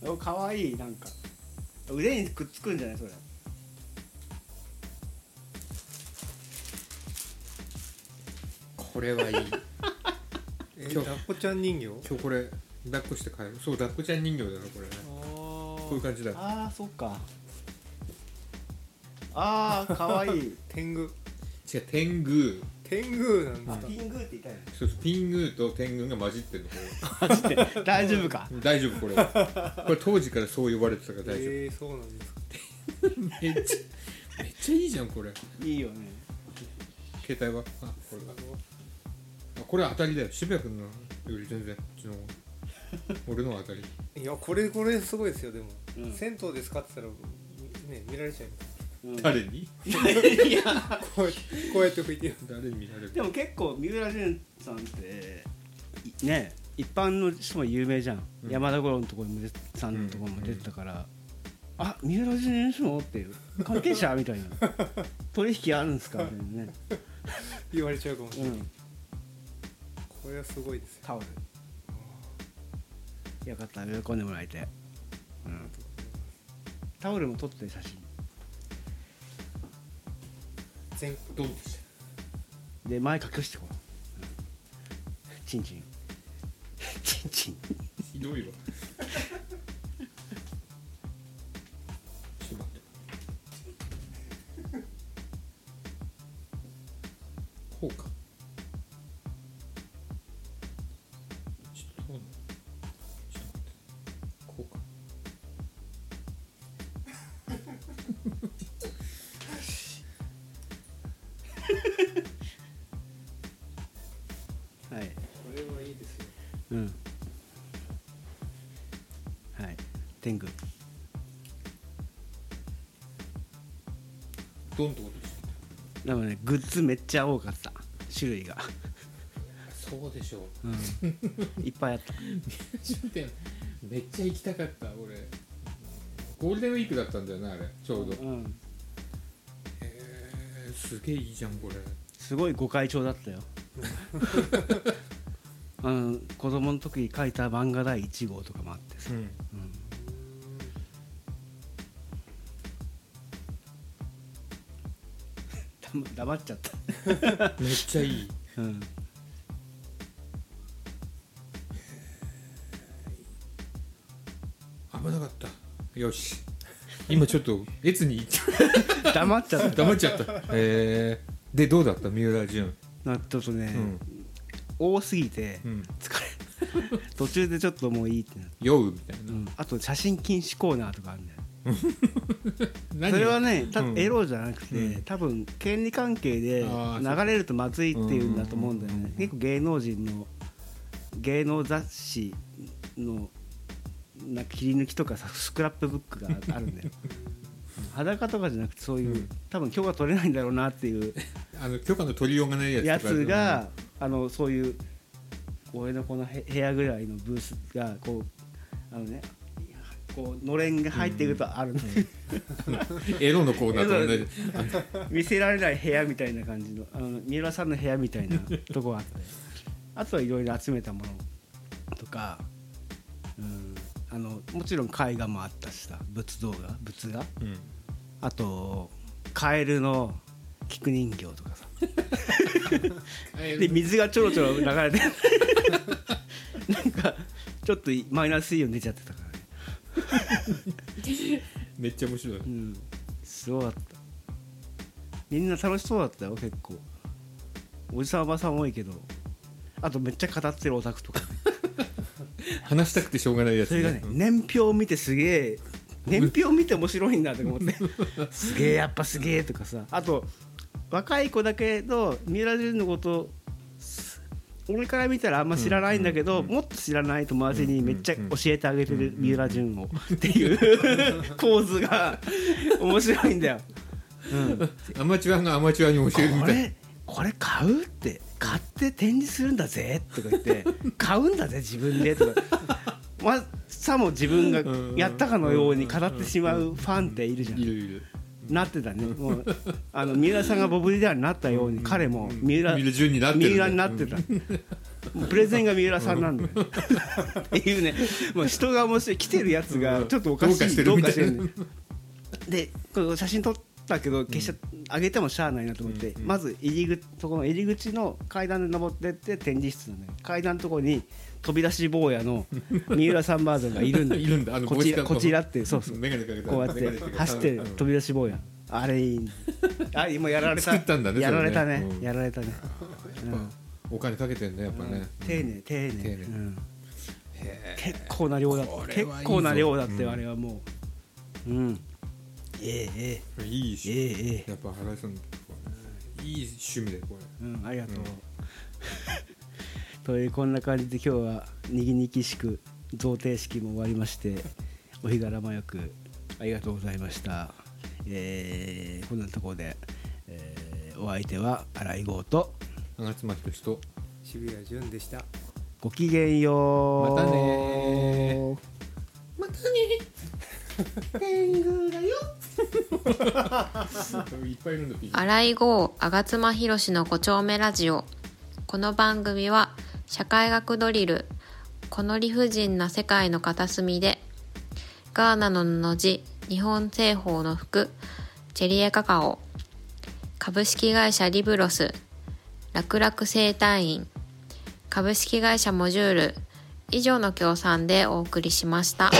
Speaker 1: おかわいいなんか腕にくっつくんじゃないそれ
Speaker 3: これ [laughs] はいい
Speaker 4: えーダッコちゃん人形
Speaker 3: 今日これ抱っこして帰るそう抱っこちゃん人形だなこれねこういう感じだ
Speaker 1: ああそっかああかわい [laughs] い
Speaker 4: 天狗
Speaker 3: 違う天狗
Speaker 4: 天狗なんですか
Speaker 1: ピングーって言ったよね
Speaker 3: そうそうピングーと天狗が混じってるのこ [laughs]
Speaker 1: 大丈夫か
Speaker 3: れ大丈夫これこれ当時からそう呼ばれてたから大丈夫、
Speaker 4: えー、そうなんですか
Speaker 3: めっちゃめっちゃいいじゃんこれ
Speaker 1: いいよね
Speaker 3: 携帯はあこれだあこれ当たりだよ渋谷君のより全然こっちの方が俺の方が当たり
Speaker 4: いやこれこれすごいですよでも、
Speaker 1: うん
Speaker 4: 銭湯で使ってたらね見られちゃいます [laughs]
Speaker 3: 誰に
Speaker 4: こうやってこうやって拭いてる
Speaker 3: 誰に見られる
Speaker 1: でも結構三浦淳さんっていね一般の人も有名じゃん、
Speaker 3: うん
Speaker 1: 山田五郎のところにも出てさんのところも出てたから、あ三浦淳さんっていう関係者み [laughs] たいな取引あるんですかみたいなね、
Speaker 4: 言われちゃうかもしれ
Speaker 1: う
Speaker 4: ない、
Speaker 1: ん、
Speaker 4: これはすごいですよ
Speaker 1: タオルよかった喜んでもらえて、うん、タオルも撮って写真
Speaker 4: 全
Speaker 3: ドンってし
Speaker 1: で前隠してこう、うん、チン [laughs] チンチンチン
Speaker 3: たひどいわちょっと待ってこうかちょっとどうなのちょっと待ってこうか
Speaker 4: これ
Speaker 1: はい
Speaker 4: はいいですよ
Speaker 1: うんはい天狗
Speaker 3: ドンってことして
Speaker 1: でもねグッズめっちゃ多かった種 [laughs] 類が、
Speaker 3: そうでし [laughs] ょう
Speaker 1: うん、いっぱいあった
Speaker 3: 商店めっちゃ行きたかった俺ゴールデンウィークだったんだよなあれちょうどへ
Speaker 1: うん
Speaker 3: えすげえいいじゃんこれ
Speaker 1: すごいご会長だった [laughs] よあの子供の時に書いた漫画第1号とかもあってさ
Speaker 3: うん
Speaker 1: だま黙っちゃった
Speaker 3: めっちゃいい
Speaker 1: うん
Speaker 3: 危なかったよし今ちょっと越に行っちゃ
Speaker 1: [laughs]
Speaker 3: っ
Speaker 1: 黙っちゃった
Speaker 3: た黙っちゃったへえでどうだった三浦淳
Speaker 1: なちょっとね、
Speaker 3: うん
Speaker 1: 多すぎて
Speaker 3: うん
Speaker 1: 疲れ [laughs] 途中でちょっともういいってなって、
Speaker 3: 酔うみたいな
Speaker 1: うんあと写真禁止コーナーとかあるんだよ
Speaker 3: [laughs] 何
Speaker 1: それはね、た
Speaker 3: うん
Speaker 1: エロじゃなくて、
Speaker 3: うん
Speaker 1: 多分権利関係で
Speaker 3: あー
Speaker 1: 流れるとまずいっていうんだと思うんだよ
Speaker 3: う
Speaker 1: ね
Speaker 3: ん
Speaker 1: 結構芸能人の芸能雑誌のなんか切り抜きとかさスクラップブックがあるんだ
Speaker 3: [laughs]
Speaker 1: よ裸とかじゃなくてそういう、
Speaker 3: うん
Speaker 1: 多分許可取れないんだろうなっていう
Speaker 3: あの許可の取りようがないやつ
Speaker 1: や
Speaker 3: とかある
Speaker 1: つ
Speaker 3: よね
Speaker 1: があのそういう俺のこのへ部屋ぐらいのブースがこうあのねこうのれんが入っていくとあるの、
Speaker 3: エロのコーナーと同
Speaker 1: [laughs]
Speaker 3: じ
Speaker 1: 見せられない部屋みたいな感じのあの三浦さんの部屋みたいなとこがあってあとはいろいろ集めたものとか、うん、あのもちろん絵画もあったしさ仏像が仏画
Speaker 3: うん
Speaker 1: あとカエルの菊人形とかさで水がちょろちょろ流れてなんかちょっとマイナスイオン出ちゃってたからね、
Speaker 3: めっちゃ面白い
Speaker 1: うん、すごかったみんな楽しそうだったよ結構おじさんおばさん多いけどあとめっちゃ語ってるオタクとか
Speaker 3: 話したくてしょうがないやつ
Speaker 1: それがね
Speaker 3: うん
Speaker 1: 年表を見てすげえ年表を見て面白いんだとか思ってすげえやっぱすげえとかさあと若い子だけど三浦淳のことす俺から見たらあんま知らないんだけど、もっと知らない友達にめっちゃ教えてあげてる三浦淳をっていう [laughs] 構図が面白いんだよ。
Speaker 3: アマチュアがアマチュアに教えるみ
Speaker 1: こ
Speaker 3: たい
Speaker 1: れこれ買うって買って展示するんだぜとか言って [laughs] 買うんだぜ自分でとかまさも自分がやったかのように語ってしまうファンっているじゃ
Speaker 3: い
Speaker 1: ん
Speaker 3: るいる
Speaker 1: なってたねもうあの三浦さんがボブ・ディランになったように彼も三浦
Speaker 3: 見る順になってる
Speaker 1: 三浦になってた、もうプレゼンが三浦さんなんだよ、っていうねもう人が面白い来てるやつがちょっとおかしい、
Speaker 3: どうかしてる
Speaker 1: どうかしてる
Speaker 3: みた
Speaker 1: ねでこれ写真撮ったけど決して上げてもしゃあないなと思って、まず入り口そこの入り口の階段で登ってって展示室のね階段のとこに飛び出し坊やの三浦さんバージョンがいるんだ
Speaker 3: [laughs] いるんだあの
Speaker 1: こち
Speaker 3: 帽子か
Speaker 1: ら
Speaker 3: ぶった
Speaker 1: こちらってそうそう
Speaker 3: メガネかけた
Speaker 1: こうやって
Speaker 3: メガネかけた
Speaker 1: 走ってる
Speaker 3: うん
Speaker 1: 飛び出し坊やあれいいね [laughs] あ今やられた
Speaker 3: 作ったんだね
Speaker 1: やられた
Speaker 3: そ
Speaker 1: ね
Speaker 3: れねうん
Speaker 1: やられたね
Speaker 3: お金かけてんねやっぱね
Speaker 1: 丁寧丁寧
Speaker 3: 寧
Speaker 1: うん結構な量だった
Speaker 3: れ
Speaker 1: 結
Speaker 3: はいいぞ
Speaker 1: 構な量だって
Speaker 3: うん
Speaker 1: あれはもううんえええ
Speaker 3: いい
Speaker 1: え
Speaker 3: し
Speaker 1: えええ
Speaker 3: やっぱ原井さんのとこはねいい趣味だよこれ
Speaker 1: えうんありがとう
Speaker 3: うん
Speaker 1: というこんな感じで今日はにぎにぎしく贈呈式も終わりましてお日柄もよくありがとうございましたえーこんなところでえーお相手は新井剛と
Speaker 3: 長妻ひとしと
Speaker 4: 渋谷純でした
Speaker 1: ごきげんよう
Speaker 3: またねーいっぱいいるんだピン
Speaker 6: 新井郷吾妻博の5丁目ラジオこの番組は社会学ドリルこの理不尽な世界の片隅でガーナの布地日本製法の服チェリエカカオ株式会社リブロス楽々生態院株式会社モジュール以上の協賛でお送りしました。